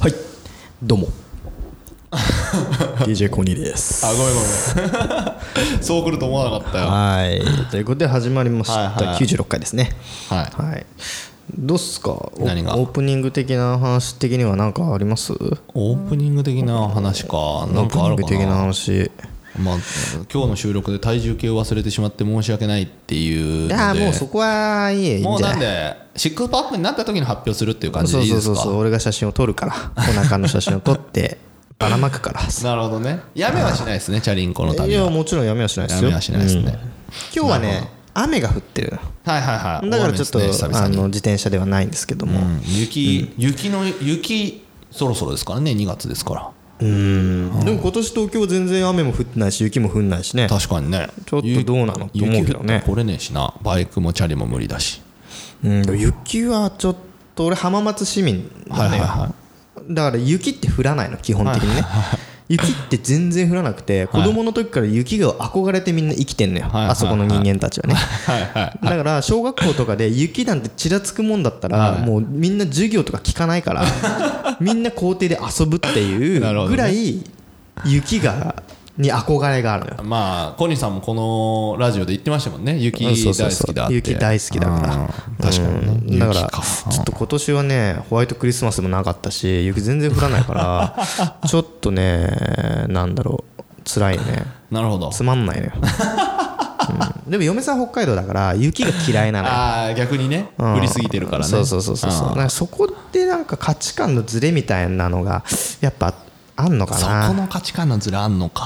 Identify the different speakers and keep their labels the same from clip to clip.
Speaker 1: はいど うも DJ コニーです
Speaker 2: あごめんごめ んそう来ると思わなかったよ
Speaker 1: はいということで始まりまし
Speaker 2: はい
Speaker 1: た
Speaker 2: はい
Speaker 1: 96回ですね
Speaker 2: はい
Speaker 1: はいどうっすかおオ
Speaker 2: 何が
Speaker 1: ープニング的な話的には何かあります
Speaker 2: オープニング的な話かなんかあ
Speaker 1: オープニン
Speaker 2: るか
Speaker 1: グ的な
Speaker 2: な
Speaker 1: 話
Speaker 2: まあ今日の収録で体重計を忘れてしまって申し訳ないっていうの
Speaker 1: い
Speaker 2: で
Speaker 1: やもうそこはいいいい
Speaker 2: も
Speaker 1: ん
Speaker 2: う
Speaker 1: じゃ
Speaker 2: なん
Speaker 1: ない
Speaker 2: でシックスパックになった時に発表するっていう感じ
Speaker 1: そ
Speaker 2: で
Speaker 1: う
Speaker 2: いい
Speaker 1: そう
Speaker 2: です
Speaker 1: そ
Speaker 2: か
Speaker 1: うそう俺が写真を撮るからお腹の写真を撮って ばらまくから
Speaker 2: なるほどねやめはしないですねチャリンコの
Speaker 1: い
Speaker 2: 旅は
Speaker 1: やもちろんやめはしないです
Speaker 2: や
Speaker 1: よ
Speaker 2: めはしないですね、
Speaker 1: 今日はね雨が降ってる
Speaker 2: はいはいはい
Speaker 1: だからちょっと、
Speaker 2: 大雨ですね久
Speaker 1: あ
Speaker 2: 々に
Speaker 1: の自転車ではないんですけども、
Speaker 2: うん雪、雪の雪そろそろですからね2月ですから
Speaker 1: うんでも今年東京は全然雨も降ってないし雪も降んないしね
Speaker 2: 確かにね
Speaker 1: ちょっとどうなのって思うけどね
Speaker 2: 雪降ってこれねえしなバイクもチャリも無理だし
Speaker 1: うんでも雪はちょっと俺浜松市民
Speaker 2: はい
Speaker 1: だ
Speaker 2: は
Speaker 1: ね
Speaker 2: いは
Speaker 1: だから雪って降らないの基本的にね雪って全然降らなくて子供の時から雪が憧れてみんな生きてんのよ
Speaker 2: いはい
Speaker 1: あそこの人間たちはね
Speaker 2: いはいはい
Speaker 1: だから小学校とかで雪なんてちらつくもんだったらもうみんな授業とか聞かないから みんな校庭で遊ぶっていう
Speaker 2: なるほどね
Speaker 1: ぐらい雪がに憧れがあるのよ
Speaker 2: まあコニーさんもこのラジオで言ってましたもんね雪
Speaker 1: うん
Speaker 2: 大
Speaker 1: そ
Speaker 2: 好
Speaker 1: うそうそう
Speaker 2: きだって
Speaker 1: 雪大好きだから
Speaker 2: うん確かに
Speaker 1: う
Speaker 2: ね
Speaker 1: んだか
Speaker 2: 雪
Speaker 1: らちょっと今年はねホワイトクリスマスもなかったし雪全然降らないから ちょっとねなんだろう辛いね
Speaker 2: なるほど
Speaker 1: つまんない ね、うんでも嫁さん北海道だから雪が嫌いなのよ
Speaker 2: ああ逆にね
Speaker 1: うん
Speaker 2: 降りすぎてるからね
Speaker 1: そうそうそうそうそうだからそこでなんか価値観のズレみたいなのがやっぱあんのか
Speaker 2: そ
Speaker 1: な
Speaker 2: この価値観のズレあんのか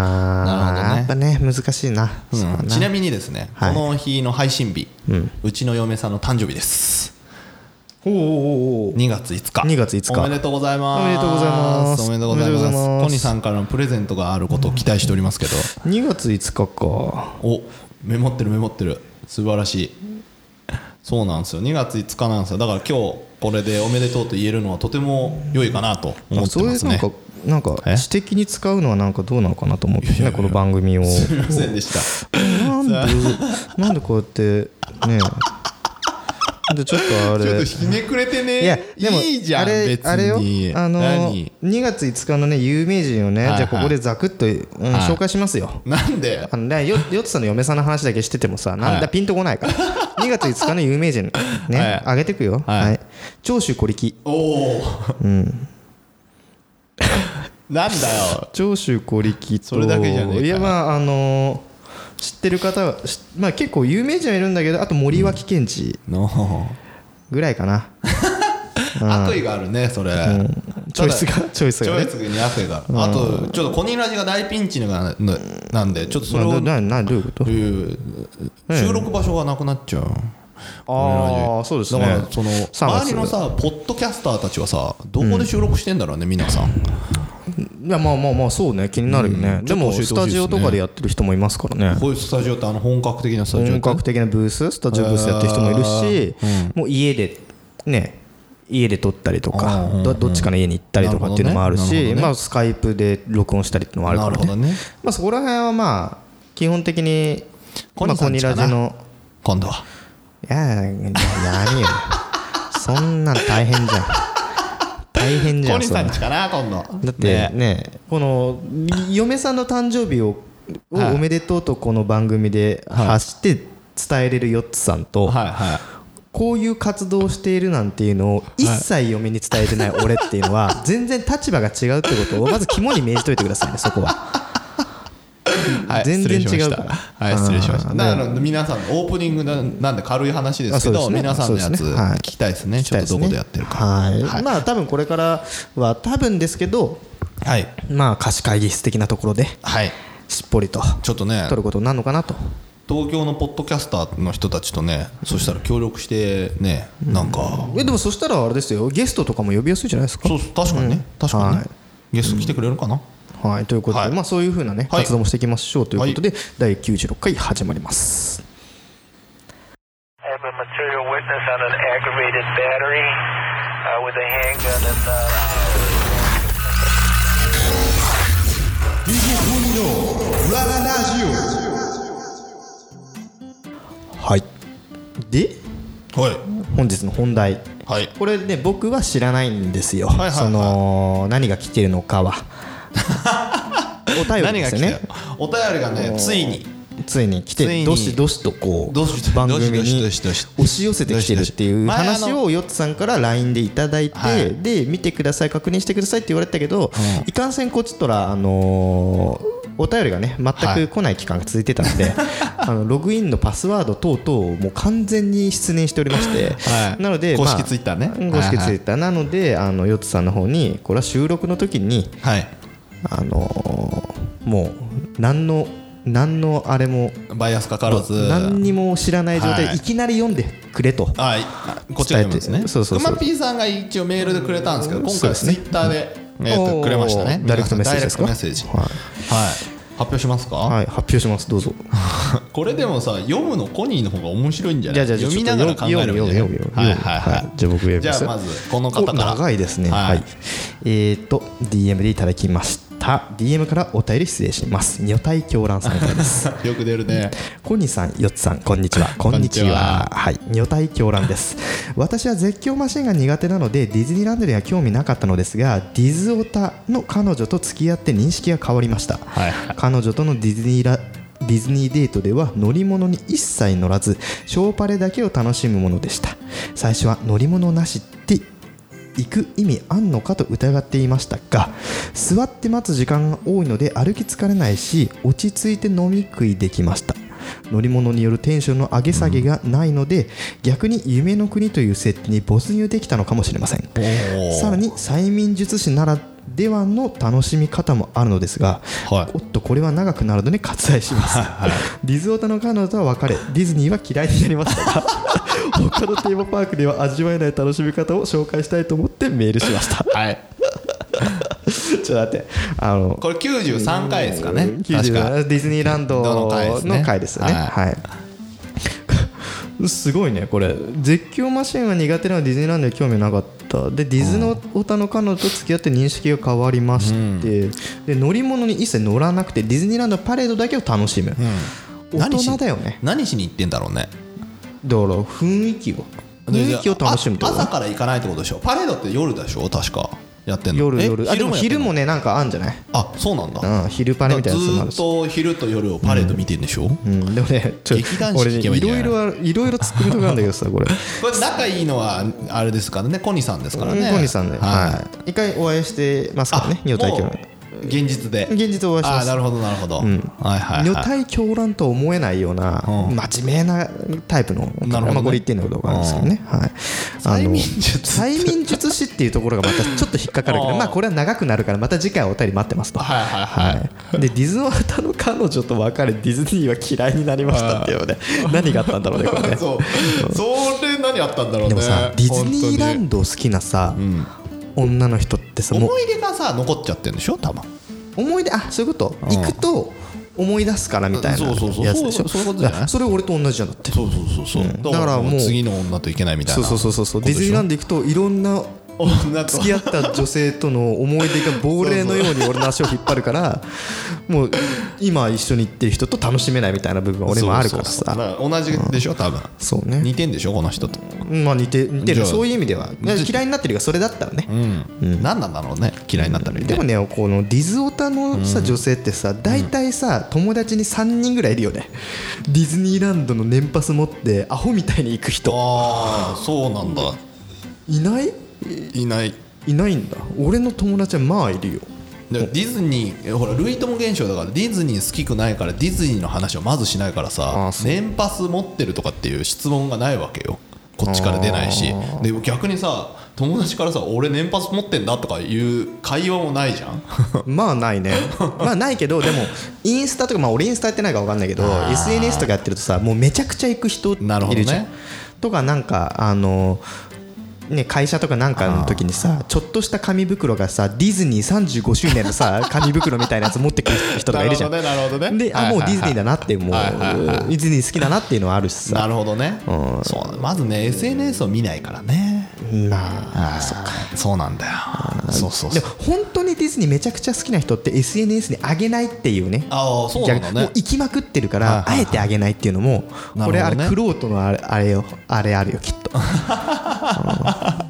Speaker 1: あー
Speaker 2: なるほどね
Speaker 1: やっぱね難しいな、
Speaker 2: うん
Speaker 1: そうだな
Speaker 2: ちなみにですねこ
Speaker 1: はい
Speaker 2: の日の配信日うちの嫁さんの誕生日です
Speaker 1: おうおうおうおう
Speaker 2: 2月5日
Speaker 1: 2月5日
Speaker 2: おめでとうございます
Speaker 1: おめでとうございます
Speaker 2: おめでとうござい
Speaker 1: おめでとうござ
Speaker 2: ます
Speaker 1: います
Speaker 2: コニーさんからのプレゼントがあることを期待しておりますけど
Speaker 1: 2月5日か
Speaker 2: おメモってるメモってる素晴らしいそうなんですよ2月5日なんですよだから今日これでおめでとうと言えるのはとても良いかなと思ってますね
Speaker 1: そういうなんかなんか
Speaker 2: え
Speaker 1: 私的に使うのはなんかどうなのかなと思ってねこの番 組を
Speaker 2: すいませんでした
Speaker 1: なんでなんでこうやってねでちょっとあ
Speaker 2: ちょっと
Speaker 1: れ
Speaker 2: ひねくれてね
Speaker 1: い
Speaker 2: い
Speaker 1: やでも
Speaker 2: いじゃん
Speaker 1: あれ
Speaker 2: 別に
Speaker 1: あれよあの
Speaker 2: 何
Speaker 1: 2月5日のね有名人をね
Speaker 2: はいはい
Speaker 1: じゃあここでざくっとうん
Speaker 2: はい
Speaker 1: 紹介しますよ
Speaker 2: なんで
Speaker 1: あのねよよつさんの嫁さんの話だけしててもさなん
Speaker 2: は
Speaker 1: だ
Speaker 2: い
Speaker 1: ピンとこないから2月5日の有名人
Speaker 2: は
Speaker 1: ね
Speaker 2: い
Speaker 1: 上げてくよ
Speaker 2: はい
Speaker 1: はい長州小力
Speaker 2: おお なんだ よ
Speaker 1: 長州小力と
Speaker 2: それだけじゃねえか
Speaker 1: いやまああのー知ってる方は、しまあ、結構有名人はいるんだけどあと森脇健児
Speaker 2: の
Speaker 1: ぐらいか な、
Speaker 2: 悪意があるねそれ
Speaker 1: チョイス がチョイス
Speaker 2: ち
Speaker 1: が
Speaker 2: ょ
Speaker 1: ね
Speaker 2: いつに汗があとちょっとコニーラジが大ピンチななんでちょっとそれを
Speaker 1: なななどういうこと
Speaker 2: いう収録場所がなくなっちゃう
Speaker 1: ああそうです
Speaker 2: だ
Speaker 1: ね
Speaker 2: からその
Speaker 1: 3月
Speaker 2: 周りのさポッドキャスターたちはさどこで収録してんだろうね皆さん
Speaker 1: いやまあまあまあそうね気になるよね、
Speaker 2: うん
Speaker 1: でも
Speaker 2: ちょっ
Speaker 1: ス
Speaker 2: と教
Speaker 1: タ
Speaker 2: えてほしいですね
Speaker 1: ジオとかでやってる人もいますからね
Speaker 2: こういうスタジオってあの本格的なスタジオ
Speaker 1: 本格的なブーススタジオブースやってる人もいるし、もう家でね家で撮ったりとか、
Speaker 2: あーうんうん
Speaker 1: どどっちかの家に行ったりとかっていうのもある
Speaker 2: なるほ
Speaker 1: し
Speaker 2: どねなるほどね
Speaker 1: まあ、スカイプで録音したりっていうのもあるか
Speaker 2: な
Speaker 1: ら
Speaker 2: る
Speaker 1: ね
Speaker 2: ほどね
Speaker 1: まあ、そこら辺はまあ基本的に
Speaker 2: コニ
Speaker 1: ま
Speaker 2: ー
Speaker 1: あ
Speaker 2: さん
Speaker 1: コ
Speaker 2: ち
Speaker 1: ラ
Speaker 2: かな
Speaker 1: ジの
Speaker 2: 今度はい
Speaker 1: やいやいや何よそんなん大変じゃん大変じゃ
Speaker 2: コ
Speaker 1: ん
Speaker 2: ニー
Speaker 1: そんな
Speaker 2: さ
Speaker 1: んん
Speaker 2: ちかな今度
Speaker 1: だってねこの嫁さんの誕生日をを
Speaker 2: はい
Speaker 1: おめでとうとこの番組で発して伝えれるヨッツさんと、
Speaker 2: はいはい
Speaker 1: こういう活動をしているなんていうのを一切嫁に伝えてない俺っていうのは全然立場が違うってことをまず肝に銘じといてくださいねそこは。
Speaker 2: はい
Speaker 1: 全然
Speaker 2: 失礼しま
Speaker 1: 違うから
Speaker 2: したはい失礼しました
Speaker 1: うん
Speaker 2: だから皆さんのオープニングななんで軽い話ですけ
Speaker 1: あそ
Speaker 2: ど
Speaker 1: うですね
Speaker 2: 皆さんのやつ
Speaker 1: そうですねはい
Speaker 2: 聞きたいですねちょっとどこでやってるか
Speaker 1: はい
Speaker 2: はい
Speaker 1: まあ多分これからは多分ですけど
Speaker 2: はい
Speaker 1: まあ貸し会議室的なところで
Speaker 2: はい
Speaker 1: しっぽりと
Speaker 2: ちょっとね
Speaker 1: 取ることになるのかなと
Speaker 2: 東京のポッドキャスターの人たちとねそしたら協力してねなんか、
Speaker 1: えでもそしたらあれですよゲストとかも呼びやすいじゃないですか
Speaker 2: そうそう確かにね、確かにね、
Speaker 1: はい
Speaker 2: ゲスト来てくれるかな、
Speaker 1: はいということで、
Speaker 2: はい
Speaker 1: まあそういうふうなね
Speaker 2: はい
Speaker 1: 活動もしていきましょうということで、第96回始まります
Speaker 3: I have a material witness on an aggravated battery uh, with a handgun and. Uh
Speaker 1: はいで
Speaker 2: はい
Speaker 1: 本日の本題
Speaker 2: はい
Speaker 1: これね僕は知らないんですよ、
Speaker 2: いはいはい
Speaker 1: その何が来てるのかは お便り
Speaker 2: 何
Speaker 1: で
Speaker 2: が
Speaker 1: すよ
Speaker 2: 来
Speaker 1: ね
Speaker 2: たお便りがねついに
Speaker 1: ついに来
Speaker 2: つい
Speaker 1: て
Speaker 2: に
Speaker 1: どしどしとこ
Speaker 2: どしどし
Speaker 1: う番組
Speaker 2: どし
Speaker 1: に
Speaker 2: どしどし
Speaker 1: 押し寄せてきてるっていう
Speaker 2: どしどし
Speaker 1: 話をヨッツさんから LINE でいただい
Speaker 2: はい
Speaker 1: てで見てください確認してくださいって言われてたけどいかんせんこうちょっとらあのーお便りがね全
Speaker 2: はい
Speaker 1: く来ない期間が続いてたので あのログインのパスワード等々もう完全に失念しておりまして
Speaker 2: はい
Speaker 1: なので
Speaker 2: 公式
Speaker 1: まあ
Speaker 2: ツイッターね
Speaker 1: うん公式ツイッターなのであのヨッツさんの方にこれは収録の時に
Speaker 2: はい
Speaker 1: あのーもう何の何のあれも
Speaker 2: バイアスかからず
Speaker 1: 何にも知らない状態
Speaker 2: は
Speaker 1: でい
Speaker 2: い
Speaker 1: きなり読んでくれと
Speaker 2: はい、こっちが読むんです
Speaker 1: 伝え
Speaker 2: ね。
Speaker 1: てそうそうそう
Speaker 2: くまぴーさんが一応メールでくれたんですけど、今
Speaker 1: そうで
Speaker 2: 回は
Speaker 1: す
Speaker 2: ツイ
Speaker 1: ね
Speaker 2: ッターで、えーと
Speaker 1: おー
Speaker 2: くれましたね。
Speaker 1: ダイレクトメッセージ
Speaker 2: ダイレ
Speaker 1: で
Speaker 2: ク
Speaker 1: す
Speaker 2: ト
Speaker 1: か
Speaker 2: メッセージ。はい。
Speaker 1: は
Speaker 2: 発表しますか、
Speaker 1: い、はい、発表しますどうぞ
Speaker 2: これでもさ、読むのコニーの方が面白いんじゃない読みながら考える
Speaker 1: 読む読む読む
Speaker 2: はいはいはい。
Speaker 1: じゃあ僕読み
Speaker 2: じ
Speaker 1: ま
Speaker 2: ゃ
Speaker 1: す
Speaker 2: あまず、この方から。
Speaker 1: お長いですね
Speaker 2: は
Speaker 1: はいい、えーっと DM でいただきました DM からお便り失礼します女体狂乱さんからです
Speaker 2: よく出るね。
Speaker 1: コニーさん、ヨッツさん、こんにち は。こ
Speaker 2: んにちは
Speaker 1: はい、女体狂乱 です。私は絶叫マシンが苦手なので、ディズニーランドには興味なかったのですが、ディズオタの彼女と付き合って認識が変わりました。
Speaker 2: はい
Speaker 1: 彼女とのディズニーラディズニーデートでは乗り物に一切乗らずショーパレだけを楽しむものでした最初は乗り物なしって行く意味あんのかと疑っていましたが座って待つ時間が多いので歩き疲れないし落ち着いて飲み食いできました乗り物によるテンションの上げ下げがないので、逆に夢の国という設定に没入できたのかもしれません
Speaker 2: おー
Speaker 1: さらに催眠術師ならではの楽しみ方もあるのですが、
Speaker 2: はい
Speaker 1: おっとこれは長くなるので割愛します、 ディズオタの彼女とは別れディズニーは嫌いになりました が他のテーマパークでは味わえない楽しみ方を紹介したいと思ってメールしました
Speaker 2: はい。
Speaker 1: ちょっと待ってあの
Speaker 2: これ93回ですかね。確か。
Speaker 1: 90ディズニーランド
Speaker 2: どの回ですね
Speaker 1: の回ですよね
Speaker 2: は
Speaker 1: はい、すごいねこれ絶叫マシンは苦手なのディズニーランドに興味なかったでディズニーオタの彼女と付き合って認識が変わりまして、で乗り物に一切乗らなくてディズニーランドのパレードだけを楽しむ、大
Speaker 2: 何し
Speaker 1: 人だよね
Speaker 2: 何しに行ってんだろうね。
Speaker 1: だから雰囲気を雰囲気を楽しむって
Speaker 2: あ
Speaker 1: ことね
Speaker 2: 朝から行かないってことでしょ。パレードって夜でしょ、確か。やってんの
Speaker 1: 夜
Speaker 2: え
Speaker 1: 夜あでも
Speaker 2: やってん
Speaker 1: 昼
Speaker 2: の
Speaker 1: もねなんかあんじゃない、
Speaker 2: あそうなんだ
Speaker 1: うん、昼パネみたいなやつもあるし
Speaker 2: ずーっと昼と夜をパレード見てんでしょ、
Speaker 1: うん、でもね、ちょ
Speaker 2: 劇団四季
Speaker 1: 俺ね、
Speaker 2: 行けばいい
Speaker 1: い
Speaker 2: んじゃ
Speaker 1: ろ
Speaker 2: ない
Speaker 1: いろあるいろいろ作るとこあるんだけどさ、 これ。
Speaker 2: これ仲いいのはあれですからねコニさんですからね
Speaker 1: 小西さんね、
Speaker 2: は
Speaker 1: はい。一回お会いしてますから
Speaker 2: い、
Speaker 1: ね、女体狂乱。
Speaker 2: もう現実で
Speaker 1: 現実お会いし
Speaker 2: あ
Speaker 1: ま
Speaker 2: あ
Speaker 1: す
Speaker 2: な。るほどなるほど、はいはい、
Speaker 1: 女
Speaker 2: はい、
Speaker 1: 体狂乱とは思えないような、
Speaker 2: うん
Speaker 1: 真面目なタイプの、
Speaker 2: なるほどね
Speaker 1: まあこれ言ってんのかどうかなんですけどね、はい。あ
Speaker 2: 催
Speaker 1: の
Speaker 2: 眠術
Speaker 1: 催眠術師っていうところがまたちょっと引っかかるけ
Speaker 2: あ
Speaker 1: ど、
Speaker 2: ー
Speaker 1: まあこれは長くなるから、また次回お便り待ってますと。
Speaker 2: はいはいはい
Speaker 1: いでディズニーの彼女と別れディズニーは嫌いになりましたっていうので何があったんだろうねこれね
Speaker 2: そうそれ何あったんだろうね
Speaker 1: でもさ、ディズニーラ
Speaker 2: 本
Speaker 1: ンド好きなさ、女の人ってさ
Speaker 2: 当に
Speaker 1: もう
Speaker 2: 思い出がさ残っちゃってるんでしょ多分
Speaker 1: 思い出あそういうこと、
Speaker 2: ん
Speaker 1: 行くと思い出すからみたいな
Speaker 2: そうそうそう
Speaker 1: やつでしょ
Speaker 2: そうそういうことじゃない
Speaker 1: だからそれ俺と同じじゃんだって
Speaker 2: そうそうそうそう、だ
Speaker 1: だからもう
Speaker 2: 次の女といけないみたい
Speaker 1: そう
Speaker 2: な
Speaker 1: そうそうそうそうディズニーランド行くといろんな
Speaker 2: 女と
Speaker 1: 付き合った女性との思い出が亡霊のように俺の足を引っ張る からもう今一緒に行ってる人と楽しめないみたいな部分は俺もあるから
Speaker 2: そうそうそう
Speaker 1: さ
Speaker 2: だから同じでしょ多分
Speaker 1: そうね
Speaker 2: 似てんでしょこの人と
Speaker 1: まあ似て似て
Speaker 2: じゃ
Speaker 1: る
Speaker 2: あ
Speaker 1: そういう意味ではいや嫌いになってるがそれだったらね、
Speaker 2: うん、何なんだろうね嫌いになったのに
Speaker 1: で
Speaker 2: ね
Speaker 1: もねこのディズオタのさ女性ってさ大体さ友達に3人ぐらいいるよねディズニーランドの年パス持ってアホみたいに行く人
Speaker 2: ああそうなんだ
Speaker 1: いない
Speaker 2: いない
Speaker 1: いないんだ俺の友達はまあいるよ
Speaker 2: でディズニーえほら類友現象だからディズニー好きくないからディズニーの話をまずしないから
Speaker 1: あ
Speaker 2: さ
Speaker 1: ーそう
Speaker 2: 年パス持ってるとかっていう質問がないわけよこっちから出ないしで逆にさ友達からさ俺年パス持ってんだとかいう会話もないじゃん
Speaker 1: まあないね まあないけどでもインスタとかまあ俺インスタやってないから分かんないけど SNS とかやってるとさもうめちゃくちゃ行く人いるじ
Speaker 2: な
Speaker 1: ゃ
Speaker 2: るほどね
Speaker 1: ん、とかなんかあのね、会社とかなんかの時にさちょっとした紙袋がさディズニー35周年のさ 紙袋みたいなやつ持ってくる人 とかいるじゃん、
Speaker 2: なるほどねなるほどね
Speaker 1: であ
Speaker 2: はい
Speaker 1: もう
Speaker 2: はい
Speaker 1: デ
Speaker 2: はい
Speaker 1: ィズニーだなってもうデ
Speaker 2: はいはいはい
Speaker 1: ィズニー好きだなっていうのはあるしさ
Speaker 2: なるほどね、そうまずね SNS を見ないからね
Speaker 1: まあ
Speaker 2: ああそっかそうなんだよそうそうそ
Speaker 1: で
Speaker 2: う
Speaker 1: も本当にディズニーめちゃくちゃ好きな人って SNS に上げないっていうね
Speaker 2: ああそうなんだ
Speaker 1: 逆にも
Speaker 2: ね
Speaker 1: う行きまくってるか
Speaker 2: はいはい
Speaker 1: ら
Speaker 2: はい
Speaker 1: あえてあげないっていうのも
Speaker 2: なるほどね
Speaker 1: これあれクロートのあれあれよあれあるよきっと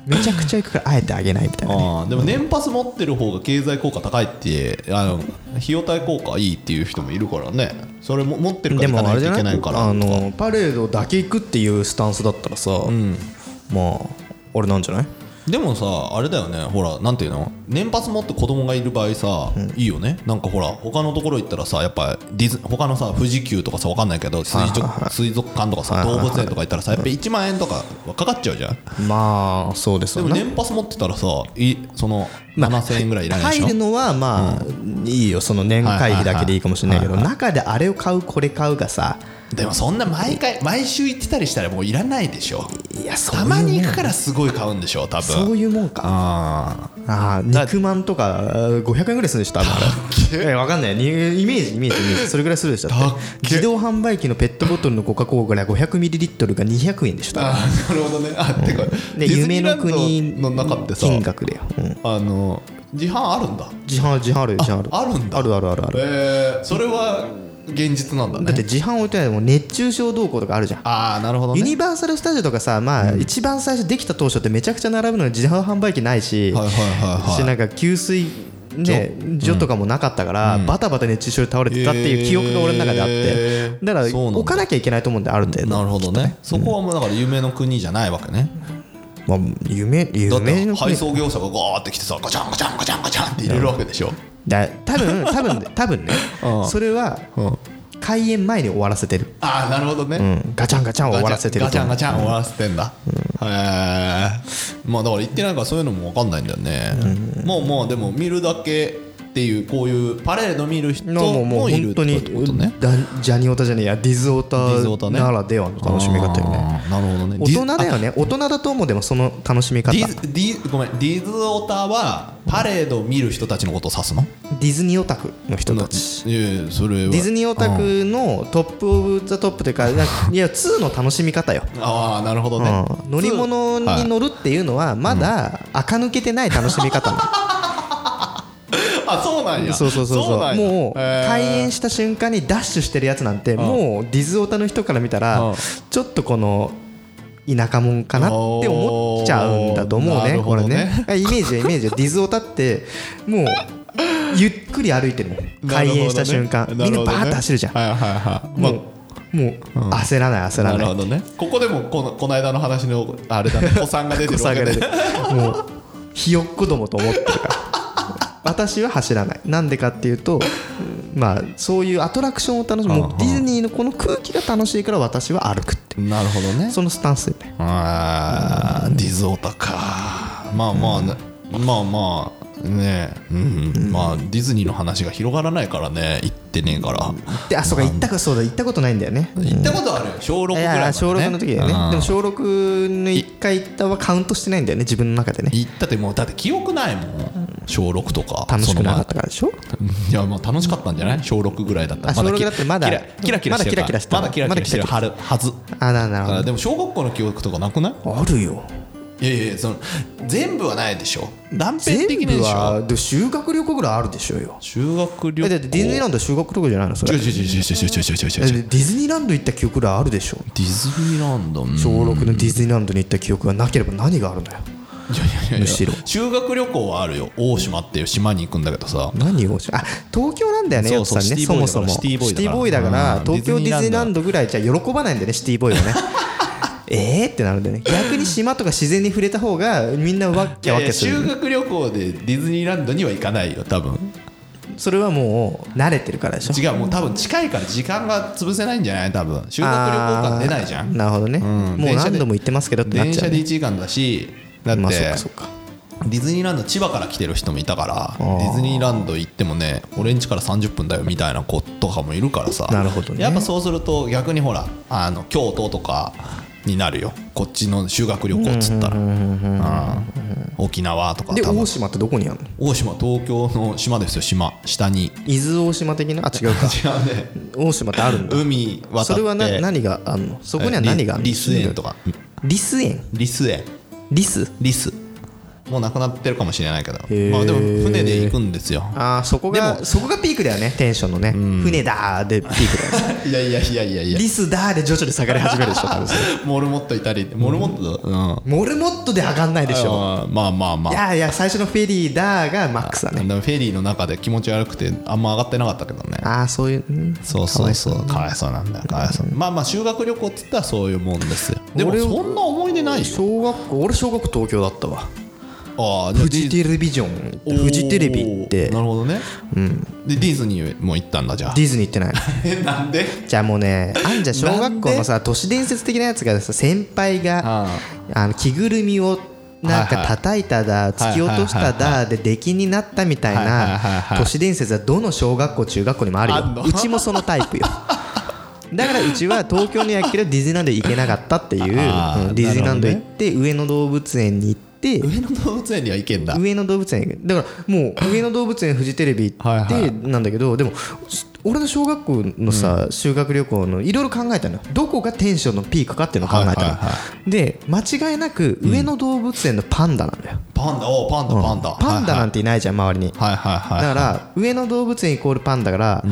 Speaker 1: めちゃくちゃ行くからあえてあげないみたいなね
Speaker 2: あーでも年パス持ってる方が経済効果高いってあの費用対効果いいっていう人もいるからねそれも持ってるか
Speaker 1: で
Speaker 2: ら行か
Speaker 1: もあれ
Speaker 2: ない
Speaker 1: じ
Speaker 2: と
Speaker 1: ゃ
Speaker 2: い
Speaker 1: な
Speaker 2: け
Speaker 1: い
Speaker 2: ないから
Speaker 1: あのパレードだけ行くっていうスタンスだったらさ、
Speaker 2: うん
Speaker 1: まああれなんじゃない
Speaker 2: でもさあれだよねほらなんていうの年パス持って子供がいる場合さ、いいよねなんかほら他のところ行ったらさやっぱディズ他のさ富士急とかさわかんないけど水族
Speaker 1: はいはいはい
Speaker 2: 水族館とか
Speaker 1: は
Speaker 2: さ
Speaker 1: いはい
Speaker 2: 動
Speaker 1: はい
Speaker 2: 物園とか行ったらさやっぱ1万円とかはかかっちゃうじゃん
Speaker 1: まあそうです
Speaker 2: で
Speaker 1: よ
Speaker 2: も
Speaker 1: ね
Speaker 2: 年パス持ってたらさいその7000円ぐらいいらないでしょ
Speaker 1: 入るのはまあ、いいよその年会費だけでいいかもしれないけど、中であれを買うこれ買うがさ
Speaker 2: でもそんな毎回毎週行ってたりしたらもういらないでしょ
Speaker 1: いやそういう
Speaker 2: た
Speaker 1: もん
Speaker 2: まに行くからすごい買うんでしょ多分
Speaker 1: そういうもんか
Speaker 2: あ
Speaker 1: あ
Speaker 2: あ
Speaker 1: あ肉まんとかあー500円ぐらいするでしょ多分あれえ分かんないにイメージイメージイメージそれぐらいするでしょだって
Speaker 2: たっけ
Speaker 1: 自動販売機のペットボトルのコカ・コーラ 500ml が200円でしょ多分
Speaker 2: あーなるほどねあてか、
Speaker 1: で
Speaker 2: ディズニ
Speaker 1: 夢
Speaker 2: ーラ
Speaker 1: の
Speaker 2: ンド
Speaker 1: 国
Speaker 2: の中ってさ
Speaker 1: 金額だよ、うん
Speaker 2: あの自販あるんだ
Speaker 1: 自販自販あるよ自販ある
Speaker 2: あるんだ
Speaker 1: あるあるあるある
Speaker 2: えー、それは現実なんだね
Speaker 1: だって自販置いてないもう熱中症動向とかあるじゃん
Speaker 2: ああなるほど
Speaker 1: ユ
Speaker 2: ね
Speaker 1: ニバーサル・スタジオとかさ、まあ、一番最初できた当初ってめちゃくちゃ並ぶのに自動販売機ないし、
Speaker 2: はいはいはい
Speaker 1: し
Speaker 2: はい
Speaker 1: なんか給水ね、所とかもなかったから、バタバタ熱中症で倒れてたっていう記憶が俺の中であって、
Speaker 2: へー
Speaker 1: だから
Speaker 2: そうなんだ
Speaker 1: 置かなきゃいけないと思うんであるんだよ
Speaker 2: なるほどねそこはもうだから夢の国じゃないわけね、
Speaker 1: まあ、夢
Speaker 2: だって
Speaker 1: 夢の
Speaker 2: 配
Speaker 1: 国
Speaker 2: 送業者がガーって来てさガチャンガチャンガチャンガチャンって入れるわけでしょ
Speaker 1: だ多分 多分多分ね
Speaker 2: うん
Speaker 1: それは
Speaker 2: うん
Speaker 1: 開演前に終わらせてる、
Speaker 2: ああなるほどね、
Speaker 1: うん、ガチャンガチャンを終わらせてる
Speaker 2: ガチ
Speaker 1: と
Speaker 2: ャン
Speaker 1: 思う
Speaker 2: ガチャン終わらせてんだ、へえまあだから言ってないからそういうのも分かんないんだよね、もうもうでも見るだけっていうこういうパレード見る人
Speaker 1: のもうも
Speaker 2: も
Speaker 1: う
Speaker 2: いるっ
Speaker 1: 本当に
Speaker 2: てことね
Speaker 1: だジャニオタじゃねえやディズオタ
Speaker 2: ディズオタね
Speaker 1: ならではの楽しみ方よね
Speaker 2: あーなるほどね
Speaker 1: 大人だよね大人だと思うでもその楽しみ
Speaker 2: デ
Speaker 1: 方デ
Speaker 2: ィズディズごめんディズオタはパレードを見る人たちのことを指すの
Speaker 1: ィズニーオタクの人たち
Speaker 2: いやいやそれは
Speaker 1: ディズニーオタクのトップ・オブ・ザ・トップという かなんかいや2の楽しみ方よ、
Speaker 2: ああなるほどね、
Speaker 1: うん乗り物に乗るっていうのはまだ垢抜けてない楽しみ方なの
Speaker 2: あ そうなんや
Speaker 1: そうそうそうそう
Speaker 2: なんや
Speaker 1: もう
Speaker 2: へー
Speaker 1: 開園した瞬間にダッシュしてるやつなんてもうディズオタの人から見た
Speaker 2: う
Speaker 1: ら
Speaker 2: ん
Speaker 1: ちょっとこの田舎もんかなって思っちゃうんだと思う
Speaker 2: おーな
Speaker 1: ね
Speaker 2: る
Speaker 1: こ
Speaker 2: ほ
Speaker 1: れ
Speaker 2: ど
Speaker 1: ね
Speaker 2: ね
Speaker 1: イメー ジはイメージはディズオタってもうゆっくり歩いてるもん
Speaker 2: なるほ
Speaker 1: 開
Speaker 2: どね
Speaker 1: 園した瞬間
Speaker 2: な
Speaker 1: みんな
Speaker 2: るほどね
Speaker 1: バーッと走るじゃん
Speaker 2: はいはいはいま
Speaker 1: も
Speaker 2: あ
Speaker 1: うもう焦らない焦ら
Speaker 2: なる
Speaker 1: な
Speaker 2: ほ
Speaker 1: い
Speaker 2: どねここでもこのこの間の話のあれだ ね子さんが出て
Speaker 1: お
Speaker 2: るわけ
Speaker 1: 下
Speaker 2: で
Speaker 1: が りでもうひよっこどもと思ってるから私は走らないなんでかっていうとまあそういうアトラクションを楽しむもうディズニーのこの空気が楽しいから私は歩くって
Speaker 2: なるほどね
Speaker 1: そのスタンスでね
Speaker 2: あーディズオタかまあまあね、まあまあねうん、まあディズニーの話が広がらないからね行ってねえから、
Speaker 1: であそうか行ったかそうだ行ったことないんだよね
Speaker 2: 行ったことあるよ小6ぐ
Speaker 1: い
Speaker 2: らいまで、
Speaker 1: や
Speaker 2: ね、
Speaker 1: 小6の時だよ
Speaker 2: う
Speaker 1: ね
Speaker 2: ん
Speaker 1: でも小6の1回行ったはカウントしてないんだよね自分の中でね
Speaker 2: 行ったってもうだって記憶ないもん小6とか
Speaker 1: 楽しくなかったからでしょ
Speaker 2: その前いやまあ楽しかったんじゃない小6ぐらいだったら
Speaker 1: あ小六だってまだ
Speaker 2: キラキラキラしてるから
Speaker 1: まだキラキラしてる
Speaker 2: まだキラキラしてるはるはず
Speaker 1: あななるほ
Speaker 2: あでも小学校の記憶とかなくない
Speaker 1: どあるよ
Speaker 2: いやいやその全部はないでしょ断片
Speaker 1: 全
Speaker 2: 的にでし
Speaker 1: 部は
Speaker 2: ょ
Speaker 1: でも修学旅行ぐらいあるでしょうよ
Speaker 2: 修学旅
Speaker 1: え
Speaker 2: 行
Speaker 1: だってディズニーランド修学旅行じゃないのそれ
Speaker 2: 違う違う違う違う違う違う違う
Speaker 1: え
Speaker 2: 違う違う
Speaker 1: ディズニーランド行った記憶があるでしょ
Speaker 2: ディズニーランドうん
Speaker 1: 小6のディズニーランドに行った記憶がなければ何があるんだよ
Speaker 2: いやいやいやいや
Speaker 1: むしろ
Speaker 2: 修学旅行はあるよ大島っていう島に行くんだけどさ
Speaker 1: 何をしあ東京なんだよね
Speaker 2: そ
Speaker 1: よ
Speaker 2: う
Speaker 1: つ
Speaker 2: そ
Speaker 1: さ
Speaker 2: うん
Speaker 1: ね
Speaker 2: シ
Speaker 1: そ
Speaker 2: ティボーイだから
Speaker 1: もそも
Speaker 2: シティ
Speaker 1: シティボーイだ
Speaker 2: ボーイだから
Speaker 1: から東京デ
Speaker 2: うん
Speaker 1: ィズニーランドぐらいじゃ喜ばないんだよねシティボーイは ねえーってなるんだよね逆に島とか自然に触れた方がみんなわっきゃわっ
Speaker 2: い
Speaker 1: き
Speaker 2: や
Speaker 1: ゃす
Speaker 2: 修
Speaker 1: る
Speaker 2: 学旅行でディズニーランドには行かないよ多分
Speaker 1: それはもう慣れてるからでしょ
Speaker 2: 違うもう多分近いから時間が潰せないんじゃない多分修学旅行
Speaker 1: あ
Speaker 2: 感
Speaker 1: ー
Speaker 2: 出ないじゃん
Speaker 1: なるほどね
Speaker 2: ん
Speaker 1: もう何度も行ってますけどってなっ
Speaker 2: 電
Speaker 1: ちゃ
Speaker 2: 車
Speaker 1: う
Speaker 2: で
Speaker 1: ね
Speaker 2: 1時間だしだって
Speaker 1: まあそっかそっか
Speaker 2: ディズニーランド千葉から来てる人もいたからデ
Speaker 1: ー
Speaker 2: ィズニーランド行ってもね俺ん家から30分だよみたいな子とかもいるからさ
Speaker 1: なるほどね
Speaker 2: やっぱそうすると逆にほらあの京都とかになるよこっちの修学旅行っつったらうん沖縄とか
Speaker 1: で
Speaker 2: 多分
Speaker 1: 大島ってどこにあるの
Speaker 2: 大島東京の島ですよ島下に
Speaker 1: 伊豆大島的なあ違うか
Speaker 2: 違うね
Speaker 1: 大島ってあるんだ
Speaker 2: 海渡って
Speaker 1: それはな何があんのそこには何があんの
Speaker 2: リリス園とか
Speaker 1: リス園
Speaker 2: リス園
Speaker 1: リス
Speaker 2: リスもうなくなってるかもしれないけど
Speaker 1: へー
Speaker 2: まあでも船で行くんですよ
Speaker 1: ああそこが
Speaker 2: でも
Speaker 1: そこがピークだよねテンションのね船だーでピークだよ
Speaker 2: いやいやいやいやいや
Speaker 1: リスだーで徐々に下がり始めるでしょ多分そ れ
Speaker 2: モルモットいたりモルモットだうん
Speaker 1: モルモットで上がんないでしょ
Speaker 2: あーまあまあま
Speaker 1: い
Speaker 2: あ
Speaker 1: やいや最初のフェリーだーがマックスだ
Speaker 2: で
Speaker 1: ね
Speaker 2: もフェリーの中で気持ち悪くてあんま上がってなかったけどね
Speaker 1: ああそういううん
Speaker 2: そうそうそうかわいそうなんだよかわいそうまあまあ修学旅行って言ったらそういうもんですよでも
Speaker 1: 俺
Speaker 2: そんな思い出ないよ
Speaker 1: 小学校俺小学校東京だったわ
Speaker 2: ああ
Speaker 1: フジテレビジョ
Speaker 2: お
Speaker 1: ン
Speaker 2: ー
Speaker 1: フジテレビって
Speaker 2: なるほどねでディズニーも行ったんだじゃあ
Speaker 1: ディズニー行ってない
Speaker 2: え なんで
Speaker 1: じゃあもうねあんじゃん小学校のさ都市伝説的なやつがさ先輩が
Speaker 2: あ
Speaker 1: あの着ぐるみをなん
Speaker 2: はい
Speaker 1: か
Speaker 2: はい
Speaker 1: 叩いただ突き落としただで出禁になったみたい
Speaker 2: はいはいはいは
Speaker 1: ない都市伝説はどの小学校中学校にもある
Speaker 2: あんの
Speaker 1: ようちもそのタイプ よだからうちは東京の野球はディズニーランド行けなかったっていう、
Speaker 2: あー
Speaker 1: うんディズニーランド
Speaker 2: な
Speaker 1: 行
Speaker 2: る
Speaker 1: っ
Speaker 2: ほ
Speaker 1: て上野動物園に行って
Speaker 2: 上野動物園には行けんだ
Speaker 1: 上野動物園行くだからも う上野動物園フジテレビって
Speaker 2: はいはい
Speaker 1: なんだけどでも俺の小学校のさ修学旅行のいろいろ考えたのよどこがテンションのピークかっていうのを考え
Speaker 2: はい
Speaker 1: た
Speaker 2: はいは
Speaker 1: ので間違いなく上野動物園のパンダなんだよ
Speaker 2: パンダおうパンダパンダ
Speaker 1: パンダなん
Speaker 2: て
Speaker 1: ていないじゃん周りにだ
Speaker 2: はいはいはいは
Speaker 1: か
Speaker 2: い
Speaker 1: ら上野動物園イコールパンダから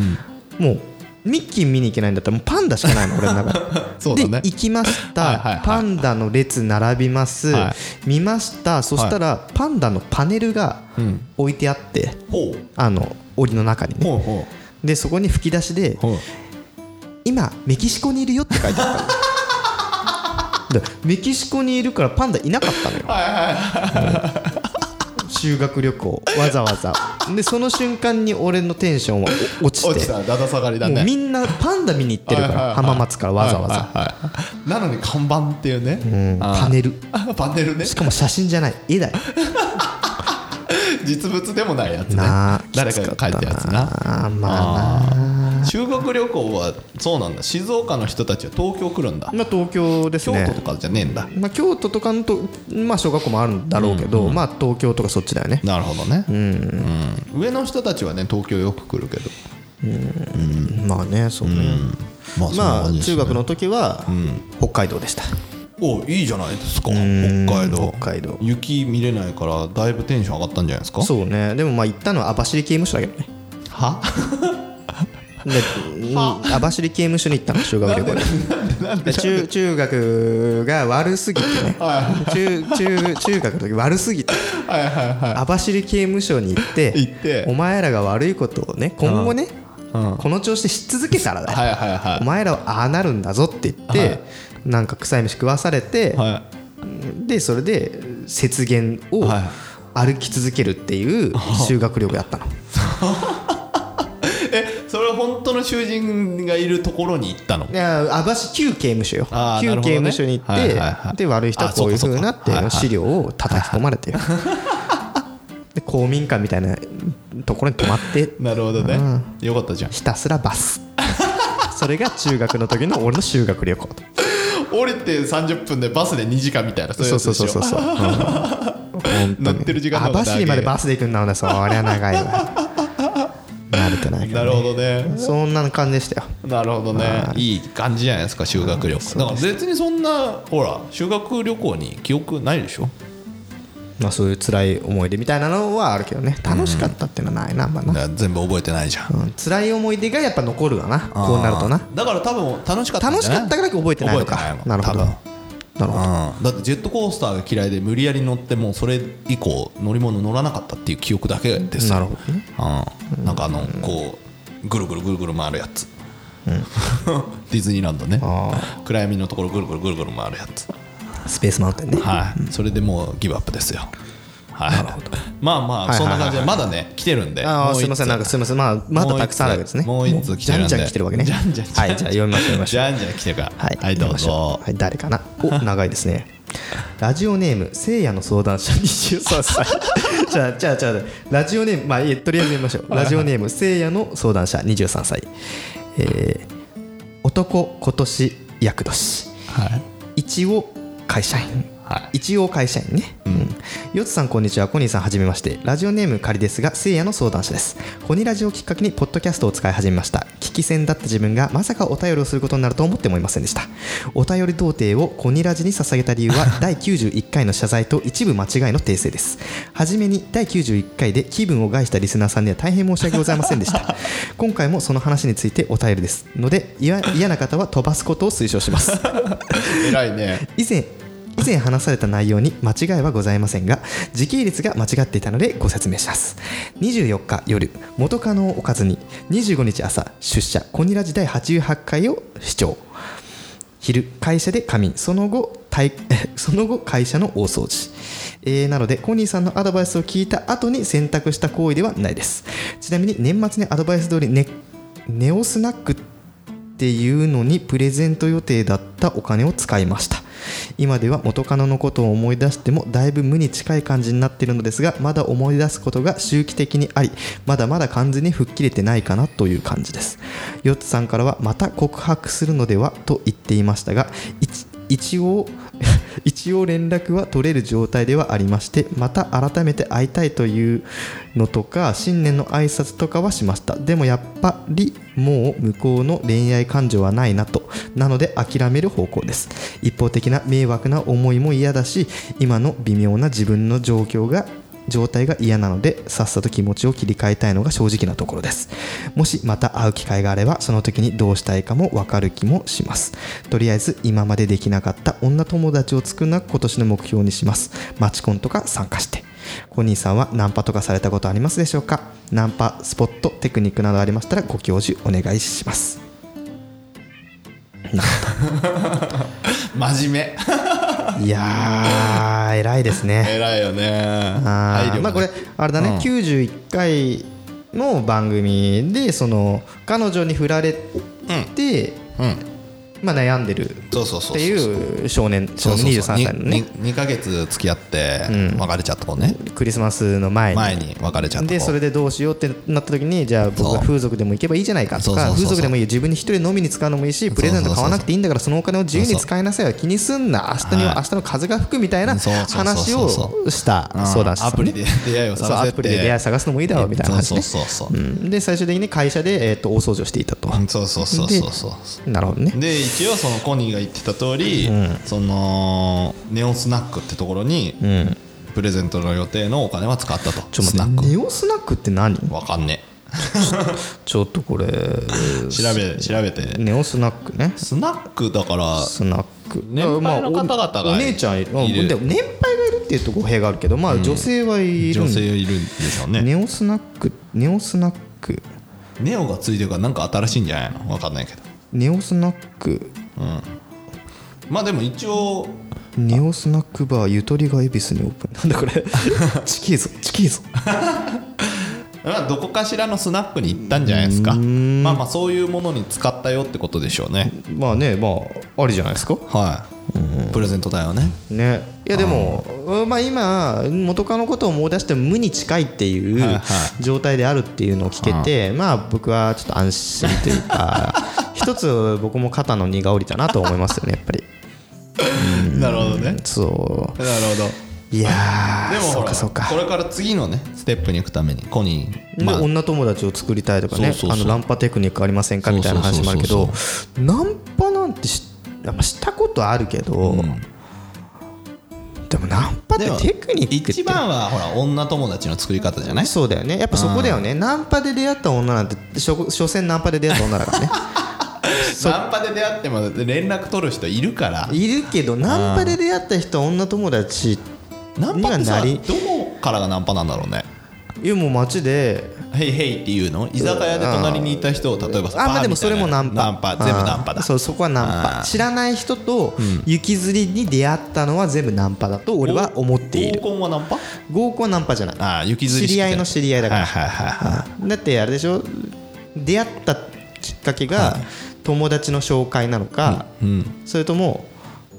Speaker 1: もうミッキー見に行けないんだったらもうパンダしかないの俺の中で
Speaker 2: そうだね
Speaker 1: で行きまし
Speaker 2: はいはいは
Speaker 1: た
Speaker 2: い
Speaker 1: パンダの列並びます、
Speaker 2: は
Speaker 1: 見ましたそしたらパンダのパネルが
Speaker 2: うん
Speaker 1: 置いてあって
Speaker 2: ほう
Speaker 1: あの檻の中にね
Speaker 2: ほうほ
Speaker 1: でそこに吹き出しで
Speaker 2: うほう
Speaker 1: 「今メキシコにいるよ」って書いてあったの でメキシコにいるからパンダいなかったのようん修学旅行わざわざでその瞬間に俺のテンションはお落ち
Speaker 2: 落
Speaker 1: て
Speaker 2: ちただだ下がりだね
Speaker 1: もうみんなパンダ見に行ってるか
Speaker 2: はいはいは
Speaker 1: ら
Speaker 2: い
Speaker 1: 浜松からわざわざ
Speaker 2: はいはいはいなのに看板っていうね、あー
Speaker 1: パネル
Speaker 2: パネルね
Speaker 1: しかも写真じゃない絵だよ
Speaker 2: 実物でもないやつね
Speaker 1: なあ
Speaker 2: 誰かが書いたやつな
Speaker 1: あーまあな
Speaker 2: 修学旅行はそうなんだ静岡の人たちは東京来るんだ、
Speaker 1: まあ東京です
Speaker 2: 京
Speaker 1: ね
Speaker 2: 都とかじゃねえんだ
Speaker 1: まあ、京都とかのと、まあ、小学校もあるんだろうけど、まあ、東京とかそっちだよね
Speaker 2: なるほどね、うん上の人たちはね東京よく来るけど
Speaker 1: まあねそうね、
Speaker 2: まあそんな
Speaker 1: まあ
Speaker 2: 感じです
Speaker 1: 中
Speaker 2: ね
Speaker 1: 学の時は、北海道でした
Speaker 2: おいいじゃないですか北
Speaker 1: ん
Speaker 2: 海道
Speaker 1: 北海道
Speaker 2: 雪見れないからだいぶテンション上がったんじゃないですか
Speaker 1: そうねでもまあ行ったのは網走刑務所だけどね
Speaker 2: は
Speaker 1: で うん網走刑務所に行ったの修学旅行でで中中学が悪すぎて ね中中中学の時悪すぎて網走刑務所に行って
Speaker 2: 行って
Speaker 1: お前らが悪いことをね今後ねこの調子でし続けたらだよ
Speaker 2: はいはい
Speaker 1: お
Speaker 2: は
Speaker 1: 前らはああなるんだぞって言って、
Speaker 2: はい
Speaker 1: なんか臭い飯食わされて、
Speaker 2: いはい
Speaker 1: でそれで雪原を
Speaker 2: はい
Speaker 1: 歩き続けるっていう修学旅行やったの、
Speaker 2: えそれは本当の囚人がいるところに行ったの
Speaker 1: いや網走旧刑務所よ
Speaker 2: あー
Speaker 1: 旧
Speaker 2: な
Speaker 1: 刑
Speaker 2: るほ
Speaker 1: 務
Speaker 2: どね
Speaker 1: 所に行って、
Speaker 2: はいはいはい
Speaker 1: で悪い人はこういう
Speaker 2: あそ
Speaker 1: ふ
Speaker 2: うかそう
Speaker 1: うな
Speaker 2: か
Speaker 1: っていう
Speaker 2: はい
Speaker 1: の
Speaker 2: はい
Speaker 1: 資料を叩き込まれてよ で公民館みたいなところに泊まって
Speaker 2: なるほどねよかったじゃん
Speaker 1: ひたすらバ スそれが中学の時の俺の修学旅行と
Speaker 2: 降りて30分でバスで2時間みたいなそういう
Speaker 1: そ
Speaker 2: や
Speaker 1: う
Speaker 2: つ
Speaker 1: そう
Speaker 2: でし
Speaker 1: そ
Speaker 2: ょ
Speaker 1: うそうそう。本
Speaker 2: 乗ってる時間の
Speaker 1: 網
Speaker 2: 方が長い
Speaker 1: 走までバスで行くんだもんね、それは長いわ。慣れてないか
Speaker 2: な
Speaker 1: ら、
Speaker 2: るほ
Speaker 1: ね。
Speaker 2: どね
Speaker 1: そんな感じでしたよ。
Speaker 2: なるほどねいい感じじゃないですか修学旅行だから別にそんなほら修学旅行に記憶ないでしょ
Speaker 1: まあそういう辛い思い出みたいなのはあるけどね、楽しかったっていうのはないな、まあな。
Speaker 2: だから全部覚えてないじゃん
Speaker 1: うん辛い思い出がやっぱ残るわな、こうなるとな。
Speaker 2: だから多分楽しかったん
Speaker 1: 楽
Speaker 2: じ
Speaker 1: し
Speaker 2: ゃない
Speaker 1: かったから覚えてないのか。
Speaker 2: 覚えて
Speaker 1: な
Speaker 2: ない
Speaker 1: る
Speaker 2: もん
Speaker 1: ほど。
Speaker 2: 多分
Speaker 1: なるほど。
Speaker 2: うんだってジェットコースターが嫌いで無理やり乗ってもうそれ以降乗り物乗らなかったっていう記憶だけです
Speaker 1: なるほどね
Speaker 2: うん、なんかあのこうぐるぐるぐるぐる回るやつ、 ディズニーランドね
Speaker 1: あ
Speaker 2: 暗闇のところぐるぐるぐるぐる回るやつ
Speaker 1: スペースマウンテンね。
Speaker 2: はい、それでもうギブアップですよ。はい、 まあま
Speaker 1: は
Speaker 2: あ、
Speaker 1: い
Speaker 2: そんな
Speaker 1: は
Speaker 2: 感
Speaker 1: い
Speaker 2: じで、まだね、来てるんで。
Speaker 1: ああ
Speaker 2: もう一
Speaker 1: すいません
Speaker 2: 通
Speaker 1: なんかすいませんまあまだたくさんあるわけですね
Speaker 2: もう一通来てるんで。
Speaker 1: じゃんじゃん来てるわけね
Speaker 2: じゃんじゃん。
Speaker 1: はいじゃあ読みましょう読みましょう
Speaker 2: じゃんじゃん来てるから。
Speaker 1: はい、
Speaker 2: はい、どうぞ。
Speaker 1: はい、誰かなお 長いですねラジオネームせいやの相談者23歳 じゃあじゃあじゃあラジオネームまあいいとりあえず読みましょうラジオネームせいやの相談者23歳えー、男今年厄年
Speaker 2: はい。
Speaker 1: 一応会社員
Speaker 2: は
Speaker 1: 一応会社員ね、うんよつさんこんにちはコニーさんはじめましてラジオネーム仮ですがせいやの相談者ですコニラジをきっかけにポッドキャストを使い始めました聞き戦だった自分がまさかお便りをすることになると思ってもいませんでしたお便り童貞をコニラジに捧げた理由 は第91回の謝罪と一部間違いの訂正ですはじめに第91回で気分を害したリスナーさんには大変申し訳ございませんでした 今回もその話についてお便りですのでいや嫌な方は飛ばすことを推奨します
Speaker 2: い偉いね
Speaker 1: 以前以前話された内容に間違いはございませんが時系列が間違っていたのでご説明します24日夜元カノをおかずに25日朝出社コニラ時代88回を視聴昼会社で仮眠その後体 その後会社の大掃除、えーなのでコニーさんのアドバイスを聞いた後に選択した行為ではないですちなみに年末にアドバイス通りネネオスナックっていうのにプレゼント予定だったお金を使いました今では元カノのことを思い出してもだいぶ無に近い感じになっているのですがまだ思い出すことが周期的にありまだまだ完全に吹っ切れてないかなという感じですヨッツさんからはまた告白するのではと言っていましたが一一応 一応連絡は取れる状態ではありましてまた改めて会いたいというのとか新年の挨拶とかはしましたでもやっぱりもう向こうの恋愛感情はないなとなので諦める方向です一方的な迷惑な思いも嫌だし今の微妙な自分の状況が状態が嫌なのでさっさと気持ちを切り替えたいのが正直なところですもしまた会う機会があればその時にどうしたいかも分かる気もしますとりあえず今までできなかった女友達を作るのは今年の目標にしますマチコンとか参加してコニーさんはナンパとかされたことありますでしょうかナンパスポットテクニックなどありましたらご教授お願いします
Speaker 2: 真面
Speaker 1: いやー偉いですね
Speaker 2: 目偉いよね
Speaker 1: あ
Speaker 2: 配慮が
Speaker 1: ー
Speaker 2: ね
Speaker 1: まあこれあれだね、
Speaker 2: うん
Speaker 1: 91回の番組でその彼女に振られて、
Speaker 2: うん
Speaker 1: まあ、悩んでるっ
Speaker 2: そうそうそうそう
Speaker 1: ていう少年
Speaker 2: そうそう
Speaker 1: 23
Speaker 2: そう
Speaker 1: 歳のね
Speaker 2: 2ヶ月付き合って別れちゃった子ね
Speaker 1: クリスマスの前に
Speaker 2: 前に別れちゃった子
Speaker 1: でそれでどうしようってなった時にじゃあ僕
Speaker 2: そう
Speaker 1: が風俗でも行けばいいじゃないかとか
Speaker 2: そうそうそうそう
Speaker 1: 風俗でもいいよ自分に一人飲みに使うのもいいしプレゼント買わなくていいんだからそのお金を自由に使いなさいは気にすんな明日には明日の風が吹くみたいな
Speaker 2: そうそうそうそう
Speaker 1: 話をした
Speaker 2: うん
Speaker 1: 相談室さん
Speaker 2: ア
Speaker 1: ね
Speaker 2: プリで出会いを
Speaker 1: そう
Speaker 2: 探せ
Speaker 1: ア
Speaker 2: って
Speaker 1: プリで出会い探すのもいいだろうみたいな話ね
Speaker 2: そうそうそう
Speaker 1: う
Speaker 2: そうん
Speaker 1: で最終的に会社で、えー、と大掃除をしていたと、
Speaker 2: うんそうそうそうそうそう
Speaker 1: なるほどね
Speaker 2: で一応そのコニーが言ってた通り、そのネオスナックってところに、プレゼントの予定のお金は使ったと
Speaker 1: ちょっと
Speaker 2: スナ
Speaker 1: 待っ
Speaker 2: ッ
Speaker 1: て
Speaker 2: ク
Speaker 1: ネオスナックって何
Speaker 2: わかんね
Speaker 1: ちょっとこれ
Speaker 2: え調べ調べて
Speaker 1: ネオスナックね
Speaker 2: スナックだから
Speaker 1: スナック
Speaker 2: 年配の方々
Speaker 1: まあお
Speaker 2: が
Speaker 1: お姉ちゃんいるうん
Speaker 2: いる
Speaker 1: でも年配がいるっていうと語弊があるけどまあ女性はいる
Speaker 2: 女
Speaker 1: ん
Speaker 2: 性
Speaker 1: で、
Speaker 2: いるんでしょうね
Speaker 1: ネオスナックネオスナック
Speaker 2: ネオがついてるからなんか新しいんじゃないのわかんないけど
Speaker 1: ネオスナック
Speaker 2: まあでも一応
Speaker 1: ネオスナックバーゆとりが恵比寿にオープンなんだこ れチキーぞチキーぞ
Speaker 2: まあどこかしらのスナックに行ったんじゃないですかまあまあそういうものに使ったよってことでしょうね
Speaker 1: まあねまあありじゃないですか
Speaker 2: はいプレゼント代はね
Speaker 1: ね、いやでも、うんまあ、今元カノのことを思い出しても無に近いってい
Speaker 2: はいは
Speaker 1: う状態であるっていうのを聞けて、まあ僕はちょっと安心という か一つ僕も肩の荷が下りたなと思いますよねやっぱり
Speaker 2: なるほどね
Speaker 1: そ
Speaker 2: なるほど
Speaker 1: ういやー
Speaker 2: でも
Speaker 1: そ
Speaker 2: ほ
Speaker 1: う
Speaker 2: ら
Speaker 1: かそうか
Speaker 2: これから次のねステップに行くためにコニー
Speaker 1: で
Speaker 2: まあ
Speaker 1: 女友達を作りたいとかね
Speaker 2: そうそうそう
Speaker 1: あのナンパテクニックありませんかみたいな話もあるけど
Speaker 2: そう
Speaker 1: ナンパなんてしやっぱしたことあるけど、でもナンパって
Speaker 2: でも
Speaker 1: テクニックって
Speaker 2: 一番はほら女友達の作り方じゃない
Speaker 1: そうだよねやっぱそこだよねナンパで出会った女なんて所所詮ナンパで出会った女だからね
Speaker 2: ナンパで出会っても連絡取る人いるか ら
Speaker 1: いるけどナンパで出会った人は女友達
Speaker 2: ナンパって
Speaker 1: に
Speaker 2: さ
Speaker 1: はなり
Speaker 2: どこからがナンパなんだろうね
Speaker 1: いやもう街で
Speaker 2: 「ヘイヘイ」っていうの居酒屋で隣にいた人を例えばさ
Speaker 1: あま
Speaker 2: バ
Speaker 1: あ
Speaker 2: ー
Speaker 1: でも
Speaker 2: みた
Speaker 1: そ
Speaker 2: い
Speaker 1: れ
Speaker 2: な
Speaker 1: もナンパ
Speaker 2: ナンパ全部ナンパ
Speaker 1: あー
Speaker 2: だ
Speaker 1: そうそこはナン
Speaker 2: あ
Speaker 1: パ
Speaker 2: ー
Speaker 1: 知らない人と行きずりに出会ったのは全部ナンパだと俺は思っている
Speaker 2: 合コンはナンパ
Speaker 1: 合コンはナンパじゃない
Speaker 2: ああ雪吊り
Speaker 1: 知り合いの知り合いだから
Speaker 2: はいはいはいは
Speaker 1: だってあれでしょ出会ったきっかけが友達の紹介なのか、それとも、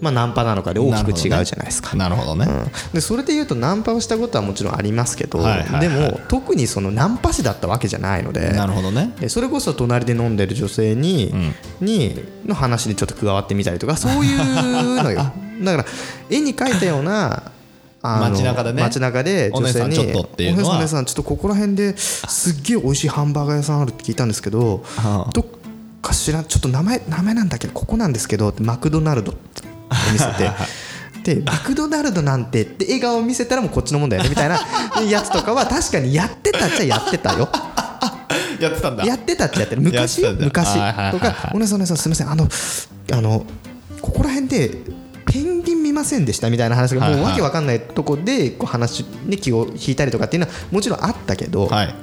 Speaker 1: まあ、ナンパなのかで大きく違うじゃないですか、
Speaker 2: いなるほどね
Speaker 1: うんでそれでいうとナンパをしたことはもちろんありますけど、
Speaker 2: はいはいはい
Speaker 1: でも特にそのナンパ師だったわけじゃないので
Speaker 2: なるほどね
Speaker 1: でそれこそ隣で飲んで る女性に,、にの話にちょっと加わってみたりとかそういうのよ
Speaker 2: な
Speaker 1: だから絵に描いたようなあの
Speaker 2: 街中でね
Speaker 1: 街中で女性に
Speaker 2: お姉さんちょっとっていうの
Speaker 1: お姉さ
Speaker 2: は
Speaker 1: んお姉さんちょっとここら辺ですっげえ美味しいハンバーガー屋さんあるって聞いたんですけど
Speaker 2: はあ
Speaker 1: どっか知らんちょっと名前名前なんだけどここなんですけどってマクドナルドって見せて。 でマクドナルドなんてって笑顔を見せたらもうこっちのもんだよねみたいなやつとかは確かにやってたっちゃやってた よ。
Speaker 2: やってたんだ
Speaker 1: やってたってやってる昔
Speaker 2: やってたんだ
Speaker 1: 昔
Speaker 2: はいはいはいはい
Speaker 1: とかお姉さんお姉さんすみませんあのあのここら辺でペンギン見ませんでしたみたいな話が
Speaker 2: はい
Speaker 1: も
Speaker 2: は
Speaker 1: う
Speaker 2: い
Speaker 1: わけわかんないとこでこう話に気を引いたりとかっていうのはもちろんあったけど
Speaker 2: はい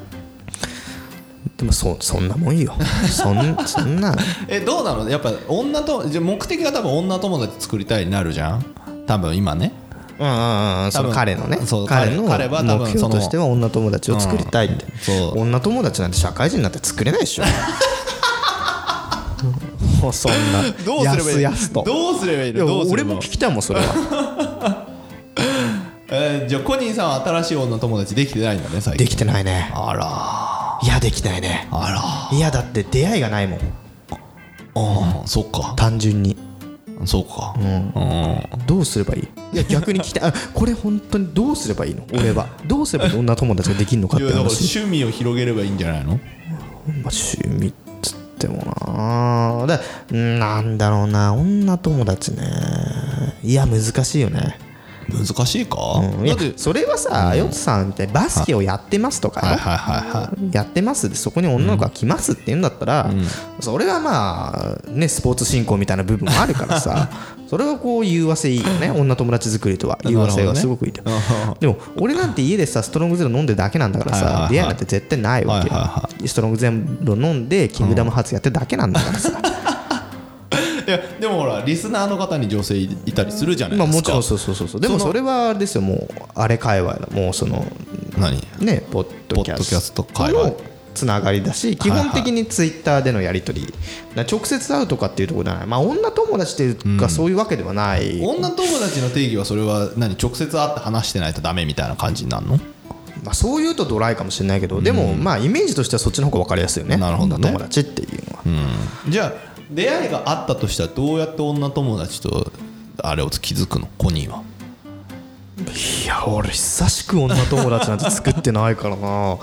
Speaker 1: でもそそんなもんよそんそんな
Speaker 2: えどうなのやっぱ女とじゃあ目的が多分女友達作りたいになるじゃん多分今ね
Speaker 1: うんうんうんその彼のね
Speaker 2: そう
Speaker 1: 彼の
Speaker 2: 彼は多分
Speaker 1: 目標としては女友達を作りたいって
Speaker 2: そのうんそう
Speaker 1: 女友達なんて社会人になって作れないでしょ もうそんな
Speaker 2: どうすればいい
Speaker 1: やすやすと
Speaker 2: どうすればいい
Speaker 1: いや
Speaker 2: のどうす
Speaker 1: 俺
Speaker 2: れば
Speaker 1: も聞きたいもんそれは
Speaker 2: えーじゃあコニーさんは新しい女友達できてないんだね最近
Speaker 1: できてないね
Speaker 2: あら
Speaker 1: いやできないね
Speaker 2: あら
Speaker 1: いやだって出会いがないもん
Speaker 2: あーそっか
Speaker 1: 単純に
Speaker 2: そうかうん、
Speaker 1: どうすればいいいや逆に聞きたいあこれ本当にどうすればいいの俺 はどうすれば女友達ができるのかっ
Speaker 2: い
Speaker 1: て
Speaker 2: やだから
Speaker 1: 話、
Speaker 2: 趣味を広げればいいんじゃないの
Speaker 1: まあ、趣味っつってもなだうんなんだろうな女友達ねいや難しいよね、
Speaker 2: 難しいか、
Speaker 1: うん、いや
Speaker 2: だってはい
Speaker 1: それはさヨッツさんみたいにバスケをやってますとかよ
Speaker 2: はいはいはい
Speaker 1: やってますでそこに女の子が来ますって言うんだったら、それはまあねスポーツ振興みたいな部分もあるから さそれはこう融和性いいよね女友達作りとは
Speaker 2: る
Speaker 1: 融
Speaker 2: ほど
Speaker 1: 和
Speaker 2: ね
Speaker 1: 性がすごくいいと、でも俺なんて家でさストロングゼロ飲んでるだけなんだからさ、
Speaker 2: はいはいはい
Speaker 1: 出会いなんて絶対ないわけよ、
Speaker 2: はいは
Speaker 1: ストロングゼロ飲んでキングダムハーツやってるだけなんだから さ、
Speaker 2: いやでもほらリスナーの方に女性いたりするじゃない
Speaker 1: まあ
Speaker 2: です
Speaker 1: もち
Speaker 2: か、
Speaker 1: ろんそうそうそうそうでも
Speaker 2: そ
Speaker 1: そ
Speaker 2: の
Speaker 1: れはあれですよもうあれ界隈だもうその
Speaker 2: 何
Speaker 1: ねポッドキャ
Speaker 2: ポッドキャ
Speaker 1: ス
Speaker 2: ス
Speaker 1: ト
Speaker 2: ト界隈
Speaker 1: のつながりだし基本的にツイッターでのやり取り、だから直接会うとかっていうところではない、まあ、女友達っていうかそういうわけではない、
Speaker 2: 女友達の定義はそれは何直接会って話してないとダメみたいな感じになるの
Speaker 1: まあ、そういうとドライかもしれないけど、でもまあイメージとしてはそっちの方が分かりやすいよね
Speaker 2: なるほどね
Speaker 1: 女友達っていうのは、
Speaker 2: じゃあ出会いがあったとしたらどうやって女友達とあれを気づくのコニーはい
Speaker 1: や俺久しく女友達なんて作ってないからな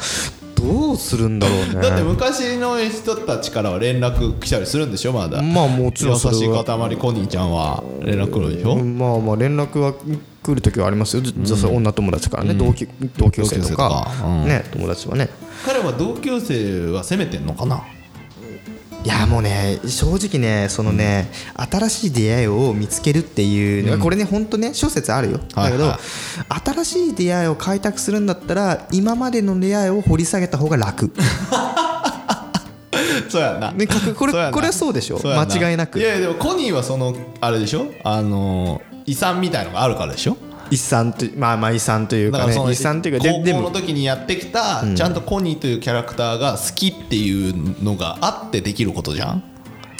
Speaker 1: どうするんだろうね
Speaker 2: だって昔の人たちからは連絡来たりするんでしょまだ
Speaker 1: まあもちろ
Speaker 2: 優
Speaker 1: ん
Speaker 2: し
Speaker 1: それはい
Speaker 2: 塊コニーちゃんは連絡来るでしょ、
Speaker 1: まあまあ連絡は来るときはありますよ、じゃそれ女友達からね、同級同級生とか
Speaker 2: 同級生とかうん
Speaker 1: ね、友達はね。
Speaker 2: 彼は同級生は責めてんのかない
Speaker 1: やもうね正直ねそのね、新しい出会いを見つけるっていうのが、これね本当ね諸説あるよだけど、
Speaker 2: はいは
Speaker 1: 新しい出会いを開拓するんだったら今までの出会いを掘り下げた方が 楽、
Speaker 2: そうやんな
Speaker 1: ね、かくこれ
Speaker 2: そうやんな
Speaker 1: これはそうでしょ
Speaker 2: そうやんな
Speaker 1: 間違いなく
Speaker 2: いやいやでもコニーはそのあれでしょあの遺産みたいのがあるからでしょ
Speaker 1: 遺産とまあまあ遺産という
Speaker 2: だ
Speaker 1: か
Speaker 2: から
Speaker 1: ね
Speaker 2: その
Speaker 1: 遺産というかで
Speaker 2: 高
Speaker 1: で
Speaker 2: 校の
Speaker 1: も
Speaker 2: 時にやってきたちゃんとコニーというキャラクターが好きっていうのがあってできることじゃん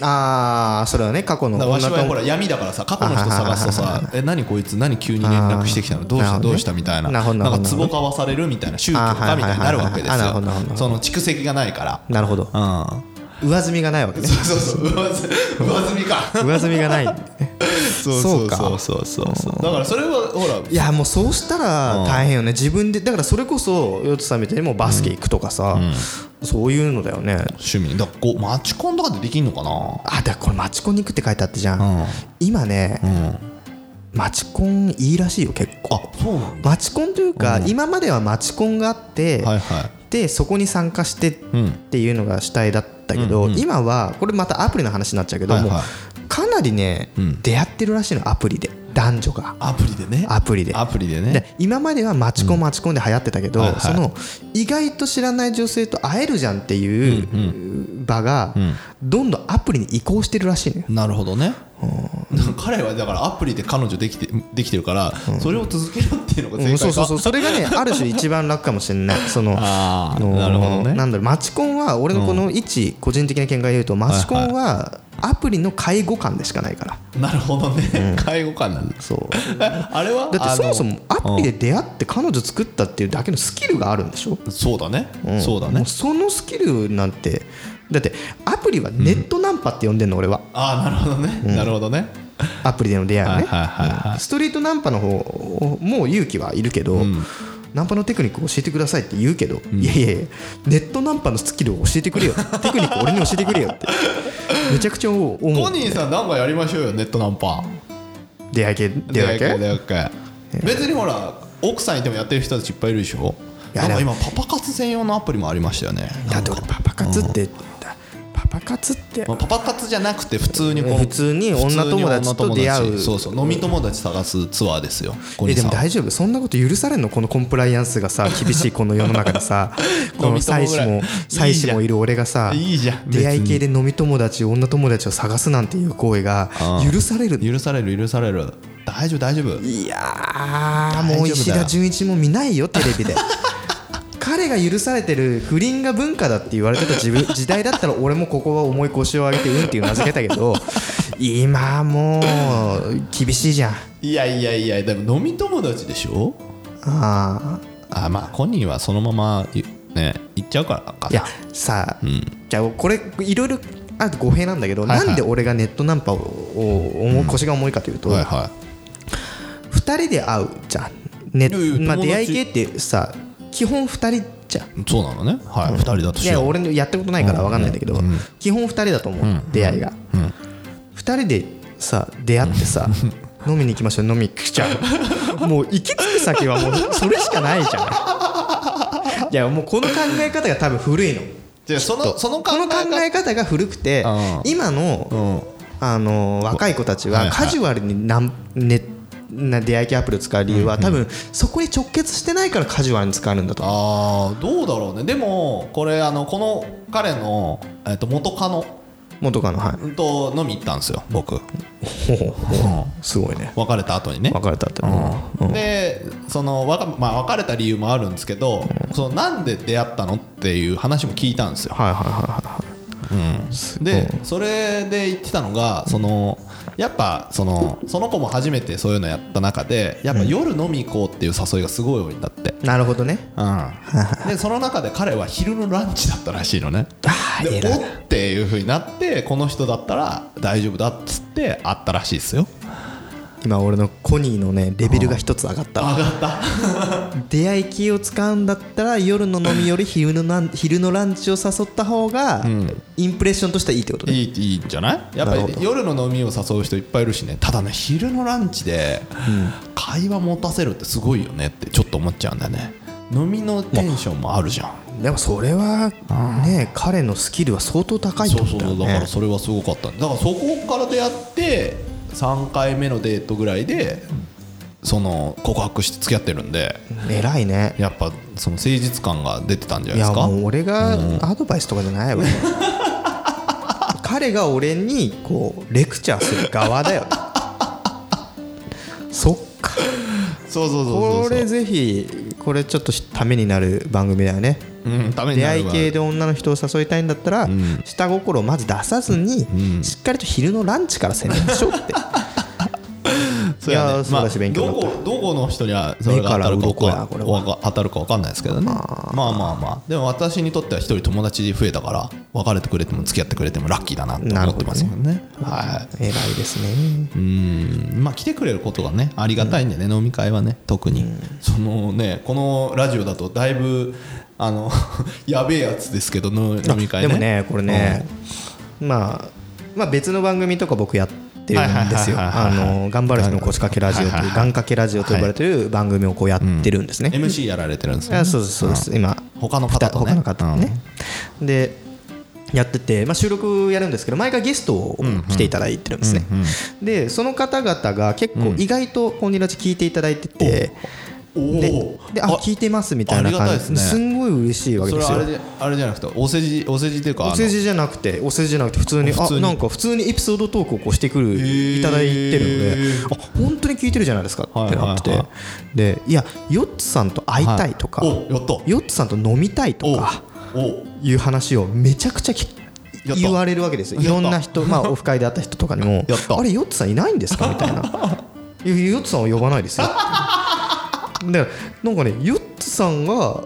Speaker 1: ああそれはね過去の
Speaker 2: だからわしは
Speaker 1: 女
Speaker 2: ほ
Speaker 1: 友
Speaker 2: ら闇だからさ過去の人探すとさ「え何こいつ何急に連絡してきたのどうし
Speaker 1: あ
Speaker 2: た
Speaker 1: ー
Speaker 2: どうした」みたいな
Speaker 1: な
Speaker 2: な
Speaker 1: るほど
Speaker 2: ん
Speaker 1: なるほ
Speaker 2: か
Speaker 1: ど
Speaker 2: 壺買わされるみたいな宗教
Speaker 1: あーは
Speaker 2: か
Speaker 1: い
Speaker 2: みたいになるわけです
Speaker 1: はいはいはいあなるほ
Speaker 2: よ
Speaker 1: どなるほど
Speaker 2: その蓄積がないから
Speaker 1: なるほど
Speaker 2: うん
Speaker 1: 上積みがないわけね
Speaker 2: そうそうそう上積み上積みか
Speaker 1: 上積みがない
Speaker 2: そうそうそうそうそうそうだからそれはほら
Speaker 1: いやもうそうしたら大変よね自分でだからそれこそヨッツさんみたいにもうバスケ行くとかさ、そういうのだよね
Speaker 2: 趣味だからこうマチコンとかでできんのかな
Speaker 1: あだからこれマチコンに行くって書いてあったじゃん、
Speaker 2: うん
Speaker 1: 今ね、マチコンいいらしいよ結
Speaker 2: あ
Speaker 1: 構
Speaker 2: そうなんだ
Speaker 1: マチコンというか、今まではマチコンがあって、
Speaker 2: はいはい
Speaker 1: でそこに参加してっ
Speaker 2: うん
Speaker 1: ていうのが主体だったけど、今はこれまたアプリの話になっちゃうけど、
Speaker 2: はいはい
Speaker 1: もうかなりね、
Speaker 2: うん
Speaker 1: 出会ってるらしいのアプリで男女が
Speaker 2: アプリでね
Speaker 1: アプリで
Speaker 2: アプリでね
Speaker 1: で今まではマチコンマチコンで流行ってたけど、
Speaker 2: はいはい
Speaker 1: その意外と知らない女性と会えるじゃんっていう場がどんどんアプリに移行してるらしいのよ。
Speaker 2: なるほどねだから彼はだからアプリで彼女できてできてるからそれを続けるっていうのが
Speaker 1: うん、そ
Speaker 2: 正
Speaker 1: うそう
Speaker 2: 解
Speaker 1: そ
Speaker 2: か
Speaker 1: うそれ がねある種一番楽かもしれないその
Speaker 2: あー
Speaker 1: の
Speaker 2: なるほどね
Speaker 1: なんだろうマチコンは俺のこの一個人的な見解で言うとマチコンはアプリの介護官でしかないから
Speaker 2: なるほどね介護官なんです
Speaker 1: そう
Speaker 2: あれは
Speaker 1: だってそもそも
Speaker 2: あ
Speaker 1: ア
Speaker 2: の
Speaker 1: プリで出会って彼女作ったっていうだけのスキルがあるんでしょ
Speaker 2: うんそうだね
Speaker 1: ん
Speaker 2: そうだ
Speaker 1: も
Speaker 2: ね
Speaker 1: そのスキルなんてだってアプリはネットナンパって呼んでんの俺は、
Speaker 2: ああなるほどねなるほどね
Speaker 1: アプリでの出会いはね
Speaker 2: はいはいはいはい
Speaker 1: うんストリートナンパの方もう勇気はいるけど、
Speaker 2: ん
Speaker 1: ナンパのテクニック教えてくださいって言うけど、いやいやいやネットナンパのスキルを教えて くれよテクニック俺に教えてくれよってめちゃくちゃ思う
Speaker 2: コニーさんなんかやりましょうよネットナンパ
Speaker 1: 出会い系出会い
Speaker 2: 出
Speaker 1: 系
Speaker 2: 会い系別にほら奥さんいてもやってる人たちいっぱいいるでしょ
Speaker 1: いや
Speaker 2: なんか今パパ活専用のアプリもありましたよね
Speaker 1: だって俺パパ活って、パパ活って
Speaker 2: まあ、パパ活じゃなくて普通にこう
Speaker 1: 普通に女友達と出会う
Speaker 2: 普通に女友達そうそう飲み友達探すツアーですよ小
Speaker 1: え
Speaker 2: 西
Speaker 1: で
Speaker 2: さ
Speaker 1: も
Speaker 2: ん
Speaker 1: 大丈夫そんなこと許されんのこのコンプライアンスがさ 厳しいこの世の中でさ こ
Speaker 2: 飲
Speaker 1: の
Speaker 2: み
Speaker 1: 妻
Speaker 2: 友ぐ
Speaker 1: 子
Speaker 2: らい
Speaker 1: も妻子もいる俺がさ
Speaker 2: いいじゃん
Speaker 1: 出会い系で飲み友達女友達を探すなんていう行為が
Speaker 2: うん
Speaker 1: 許される
Speaker 2: 許される許される大丈夫大丈夫
Speaker 1: いやーもう石田純一も見ないよテレビで 彼が許されてる不倫が文化だって言われてた自分時代だったら俺もここは重い腰を上げてうんっていう名付けたけど今はもう厳しいじゃん
Speaker 2: いやいやいやでも飲み友達でしょ
Speaker 1: あー
Speaker 2: あまあコニーはそのままいね行っちゃうからかない
Speaker 1: やさあ、じゃあこれいろいろあと語弊なんだけど、
Speaker 2: はいはい
Speaker 1: なんで俺がネットナンパをを重い腰が重いかというと、
Speaker 2: はいは
Speaker 1: 2人で会うじゃん、ね
Speaker 2: いやいや
Speaker 1: まあ、
Speaker 2: 友達
Speaker 1: 出会い系ってさ基本2人じゃん
Speaker 2: いそうなのねはい、二人だと
Speaker 1: い
Speaker 2: し
Speaker 1: や
Speaker 2: よう
Speaker 1: 俺のやったことないから分かんないんだけど、基本2人だと思う、出会いが、2人でさ出会ってさ飲みに行きましょう飲み来ちゃうもう行き着く先はもうそれしかないじゃんいやもうこの考え方が多分古いの
Speaker 2: じゃあそのその考
Speaker 1: こ
Speaker 2: え
Speaker 1: の考
Speaker 2: 方
Speaker 1: え方が古くて
Speaker 2: うん
Speaker 1: 今の
Speaker 2: うん
Speaker 1: あの若い子たち
Speaker 2: はい
Speaker 1: は
Speaker 2: はい
Speaker 1: カジュアルになんねな出会い系アプリを使う理由は多分そこに直結してないからカジュアルに使うんだと思う
Speaker 2: あーどうだろうねでもこれあのこの彼の、えっと元カノ
Speaker 1: 元カノはい
Speaker 2: と飲み行ったんですよ僕、
Speaker 1: ほうほうほう すごいね
Speaker 2: 別れた後にね
Speaker 1: 別れたってうんうん
Speaker 2: でそのわか、まあ、別れた理由もあるんですけど、そのなんで出会ったのっていう話も聞いたんですよ、
Speaker 1: はいはいはいはい
Speaker 2: うん、でそれで言ってたのがそのやっぱそのその子も初めてそういうのやった中でやっぱ夜飲み行こうっていう誘いがすごい多いんだって、
Speaker 1: なるほどね
Speaker 2: うん、でその中で彼は昼のランチだったらしいのね
Speaker 1: あー
Speaker 2: で
Speaker 1: 偉い
Speaker 2: おっていうふうになってこの人だったら大丈夫だっつって会ったらしいですよ
Speaker 1: 今俺のコニーのねレベルが一つ上がったわ
Speaker 2: 上がった
Speaker 1: 出会い系を使うんだったら夜の飲みより昼のなん昼のランチを誘った方がインプレッションとしてはいいってことね
Speaker 2: いいいいんじゃないやっぱ
Speaker 1: なる
Speaker 2: り
Speaker 1: ほど
Speaker 2: 夜の飲みを誘う人いっぱいいるしねただね昼のランチで会話持たせるってすごいよねってちょっと思っちゃうんだよね飲みのテンションもあるじゃん
Speaker 1: でもそれはね彼のスキルは相当高いって
Speaker 2: そ
Speaker 1: こ
Speaker 2: うそ
Speaker 1: とだよ
Speaker 2: うそうだか
Speaker 1: ね
Speaker 2: らそれはすごかっただからそこから出会って3回目のデートぐらいでその告白して付き合ってるんで
Speaker 1: 偉いね
Speaker 2: やっぱその誠実感が出てたんじゃ
Speaker 1: い
Speaker 2: ないで
Speaker 1: や
Speaker 2: すか
Speaker 1: もう俺がアドバイスとかじゃない わ彼が俺にこうレクチャーする側だよそっか
Speaker 2: そうそうそうそう
Speaker 1: これぜひこれちょっとためになる番組だよね
Speaker 2: うん、ために
Speaker 1: 出
Speaker 2: な
Speaker 1: 会
Speaker 2: る
Speaker 1: い
Speaker 2: わ
Speaker 1: 系で女の人を誘いたいんだったら、下心をまず出さずに、しっかりと昼のランチから攻めましょう って
Speaker 2: そうやね
Speaker 1: いやー素晴らしい勉強になった
Speaker 2: まあ、どこどこの人にはそれが当たるか
Speaker 1: 目から鱗
Speaker 2: 分か
Speaker 1: やこれは
Speaker 2: わか当たるか分かんないですけどねまあまあまあでも私にとっては一人友達増えたから別れてくれても付き合ってくれてもラッキーだなって思ってますよねは
Speaker 1: 偉いですね
Speaker 2: いうんまあ来てくれることがねありがたいんでね、飲み会はね特に、そのねこのラジオだとだいぶ あのやべえやつですけどの飲み会ね
Speaker 1: でもねこれね、まあまあ別の番組とか僕やってるんですよ
Speaker 2: はい
Speaker 1: あ
Speaker 2: はいはいはいはい
Speaker 1: の頑張る人の腰掛けラジオと
Speaker 2: はいいうはい
Speaker 1: 願掛けラジオと呼ばれてる番組をこうやってるんですね、
Speaker 2: うん MC やられてるんですよ、ね
Speaker 1: あ、そうですそうです今
Speaker 2: 他の方とね
Speaker 1: 他の方とね、でやってて、まあ、収録やるんですけど毎回ゲストを来ていただいてるんですね、でその方々が結構意外とコンニラジ聞いていただいてて、で
Speaker 2: おお
Speaker 1: であ聞いてますみたいな
Speaker 2: ありがた
Speaker 1: 感
Speaker 2: い
Speaker 1: じ
Speaker 2: ですね
Speaker 1: んごい嬉しいわけ
Speaker 2: そ
Speaker 1: で
Speaker 2: れ
Speaker 1: す
Speaker 2: はあ
Speaker 1: よ
Speaker 2: れじゃあれじゃなくてお世辞お世辞っていうかあの
Speaker 1: お世辞じゃなくてお世辞じゃなくて普通に
Speaker 2: 普通に
Speaker 1: あなんか普通にエピソードトークをこうしてくる
Speaker 2: ー
Speaker 1: いただいてるのであ本当に聞いてるじゃないですかってなってて、
Speaker 2: はいはいは
Speaker 1: でいやヨッツさんと会いたいとか、
Speaker 2: おやった
Speaker 1: ヨッツさんと飲みたいとか
Speaker 2: おお
Speaker 1: いう話をめちゃくちゃき
Speaker 2: やった
Speaker 1: 言われるわけですよい
Speaker 2: やっ
Speaker 1: ろ
Speaker 2: た
Speaker 1: んな人、まあ、オフ会で会った人とかにも
Speaker 2: やった
Speaker 1: あれヨッツさんいないんですかみたいないやヨッツさんは呼ばないですよっていうでなんかねヨッツさんが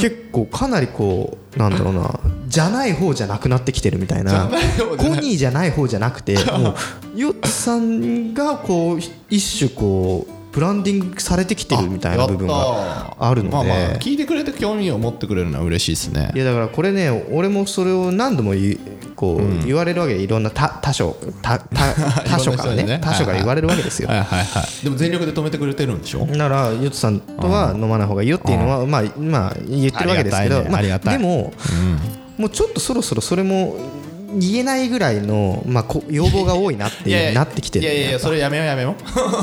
Speaker 1: 結構かなりこうなんだろうなじゃない方じゃなくなってきてるみたいな
Speaker 2: じゃない方じゃ
Speaker 1: コ
Speaker 2: ない
Speaker 1: ニーじゃない方じゃなくてもうヨッツさんがこう一種こうブランディングされてきてるみたいな部分があるので、
Speaker 2: まあまあ聞いてくれて興味を持ってくれるのは嬉しいですね
Speaker 1: いやだからこれね俺もそれを何度も言いこう言われるわけでいろんな他他所他 他他所から
Speaker 2: いろんな人に
Speaker 1: ね
Speaker 2: ね
Speaker 1: 他所から言われるわけですよ
Speaker 2: はいはいはいでも全力で止めてくれてるんでしょ
Speaker 1: ならヨッツさんとは飲まない方がいいよっていうのはまあまあ言ってるわけですけどま
Speaker 2: あり
Speaker 1: あ
Speaker 2: がた
Speaker 1: で
Speaker 2: いね
Speaker 1: ももうちょっとそろそろそれも言えないぐらいのまあこ要望が多いなっていうなってきてる
Speaker 2: いやいやい
Speaker 1: ね
Speaker 2: やそれやめようやめよう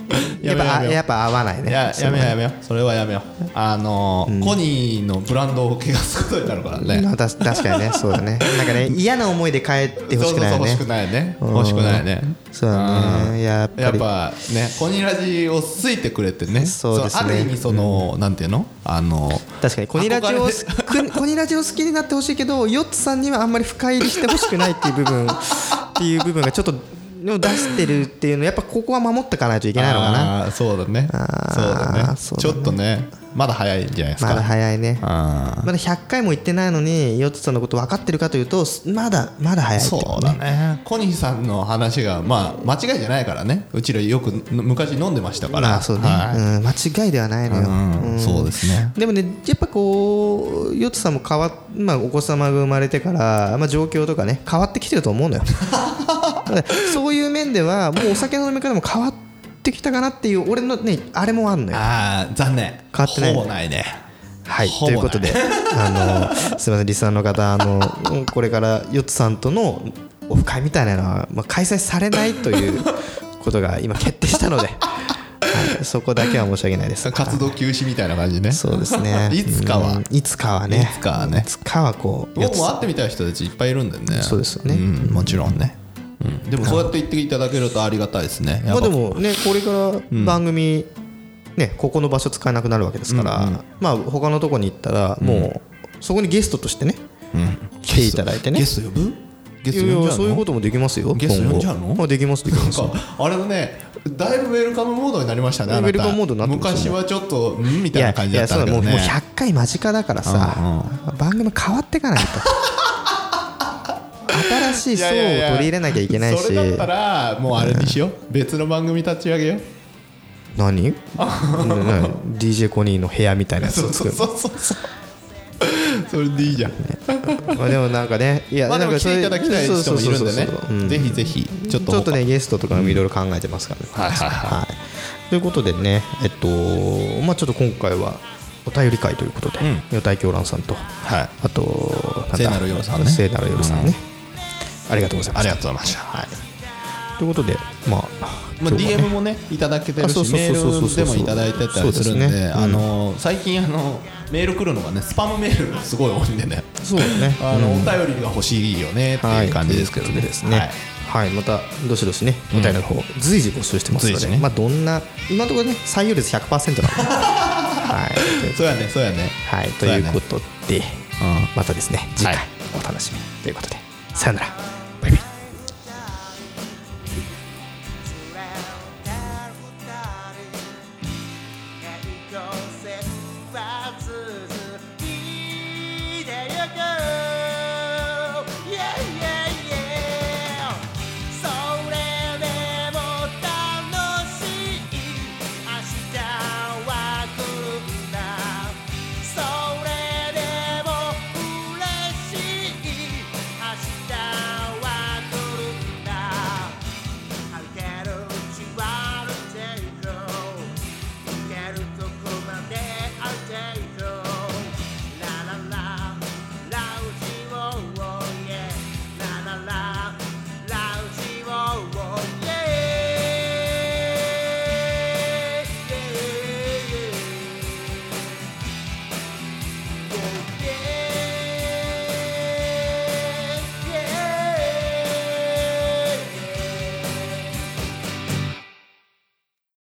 Speaker 1: や
Speaker 2: や
Speaker 1: っ
Speaker 2: めよう
Speaker 1: ぱ
Speaker 2: や
Speaker 1: あ
Speaker 2: めよう
Speaker 1: やっぱ合わない
Speaker 2: い
Speaker 1: ね
Speaker 2: ややめようやめようそれはやめようあのーコニーのブランドを怪我することになるからね
Speaker 1: まあたし確かにねそうだねなんかね嫌な思いで帰ってほしくないよ
Speaker 2: そうそうそ
Speaker 1: ね
Speaker 2: う欲しくないね欲しくないね
Speaker 1: そうだねやっぱ
Speaker 2: やっ
Speaker 1: り
Speaker 2: ぱねコニラジを好いてくれてね
Speaker 1: そうですね
Speaker 2: のある意味その、なんていうのあの
Speaker 1: 確かにコニラジオを
Speaker 2: 憧
Speaker 1: コニラジオ好きになってほしいけどヨッツさんにはあんまり深入りしてほしくないっていう部 分っていう部分がちょっとを出してるっていうのやっぱここは守っていかないといけないのかな
Speaker 2: あーそうだね
Speaker 1: あー
Speaker 2: そうだね
Speaker 1: そうだ
Speaker 2: ち
Speaker 1: ね
Speaker 2: ょっとねまだ早いんじゃないですか
Speaker 1: まだ早いね
Speaker 2: あ
Speaker 1: まだ100回も言ってないのにヨッツさんのこと分かってるかというとまだまだ早
Speaker 2: ー
Speaker 1: いってい
Speaker 2: そうだねコニーさんの話がまあ間違いじゃないからねうちらよく昔飲んでましたから
Speaker 1: まあそうね、
Speaker 2: は
Speaker 1: うん、間違いではないの
Speaker 2: い
Speaker 1: よ、
Speaker 2: うんそうですね
Speaker 1: でもねやっぱこうヨッツさんも変わっ、まあ、お子様が生まれてから、まあ、状況とかね変わってきてると思うのよ だからそういう面ではもうお酒の飲み方も変わってきたかなっていう俺のねあれもあんのよ
Speaker 2: ああ残念
Speaker 1: 変わってない
Speaker 2: ほぼないね
Speaker 1: はい
Speaker 2: ほ
Speaker 1: と
Speaker 2: ぼ
Speaker 1: い
Speaker 2: な
Speaker 1: うことであのすみませんリスナーの方あのこれからヨッツさんとのオフ会みたいなのは、まあ、開催されないということが今決定したので、はい、そこだけは申し訳ないです
Speaker 2: 活動休止みたいな感じね
Speaker 1: そうですね
Speaker 2: いつかは
Speaker 1: うんいつかはね
Speaker 2: いつかはね
Speaker 1: いつかはこう
Speaker 2: 僕も会ってみたい人たちいっぱいいるんだよね
Speaker 1: そうですよね
Speaker 2: うんもちろんね、うん、でもそうやって言っていただけるとありがたいですねや
Speaker 1: ま
Speaker 2: っ
Speaker 1: あ
Speaker 2: ぱ
Speaker 1: でもねこれから番組、ねここの場所使えなくなるわけですから、まあ他のとこに行ったらもうそこにゲストとしてね、来ていただいてね
Speaker 2: ゲスト呼ぶゲスト
Speaker 1: いやい
Speaker 2: 呼ん
Speaker 1: や
Speaker 2: じゃう
Speaker 1: そういう
Speaker 2: の
Speaker 1: こともできますよ
Speaker 2: ゲスト呼んじゃうの
Speaker 1: 今後あできますできます
Speaker 2: なんかあれもねだいぶウェルカムモードになりましたねあなた
Speaker 1: ウェルカムモードになってます
Speaker 2: 昔
Speaker 1: ね
Speaker 2: はちょっとんみ
Speaker 1: い
Speaker 2: たい
Speaker 1: や
Speaker 2: な感
Speaker 1: い
Speaker 2: じだ
Speaker 1: や
Speaker 2: った
Speaker 1: そ
Speaker 2: んだ
Speaker 1: う
Speaker 2: け
Speaker 1: も
Speaker 2: ど
Speaker 1: う
Speaker 2: ね
Speaker 1: もう100回間近だからさ、番組変わっていかないと新しい層を取り入れなきゃいけないし
Speaker 2: それだったらもうあれにしよ う、別の番組立ち上げよう
Speaker 1: 何 ね DJ コニーの部屋みたいなやつ
Speaker 2: そ
Speaker 1: を
Speaker 2: う
Speaker 1: 作
Speaker 2: そう
Speaker 1: る
Speaker 2: そうそうそうそれでいいじゃん、
Speaker 1: まあでもなんかねいや
Speaker 2: まあで
Speaker 1: なん
Speaker 2: も
Speaker 1: か
Speaker 2: 来ていただきたい人もいるんで
Speaker 1: そうそう
Speaker 2: ね
Speaker 1: そうそううん
Speaker 2: ぜひぜひちょっと
Speaker 1: ちょっとねゲストとかもいろいろ考えてますからね、
Speaker 2: はいはいはい
Speaker 1: はいということでねえっとまあちょっと今回はお便り会ということで、
Speaker 2: ん
Speaker 1: 与太狂乱さんと
Speaker 2: はい
Speaker 1: あとなんだ
Speaker 2: 聖なる夜さんね
Speaker 1: 聖なる夜さんね、ありがとうございま
Speaker 2: あ
Speaker 1: し
Speaker 2: り
Speaker 1: た
Speaker 2: がとうございました、はい
Speaker 1: ということでまあ、
Speaker 2: まあ、
Speaker 1: 今日は
Speaker 2: DM もねいただけてる
Speaker 1: あそう
Speaker 2: し
Speaker 1: そう
Speaker 2: メ
Speaker 1: そうそうそう
Speaker 2: ールでもいただいてたりするん
Speaker 1: そうで
Speaker 2: で
Speaker 1: すねうん
Speaker 2: あの最近あのメール来るのがねスパムメールがすごい多いんでね
Speaker 1: そうね
Speaker 2: あのお便りが欲しいよねっていう感じですけどね
Speaker 1: ということでですねはい、またどしどしねお便りの方随時募集してますの
Speaker 2: 随
Speaker 1: で、
Speaker 2: 時ね
Speaker 1: まあどんな今のところね採用率100%なんで はいということで
Speaker 2: そうやねそうやね
Speaker 1: はい、と
Speaker 2: そうや
Speaker 1: い
Speaker 2: ね
Speaker 1: うことで、
Speaker 2: うん
Speaker 1: またですね次回
Speaker 2: はい
Speaker 1: お楽しみということで、さよならバイバイ
Speaker 4: There you go.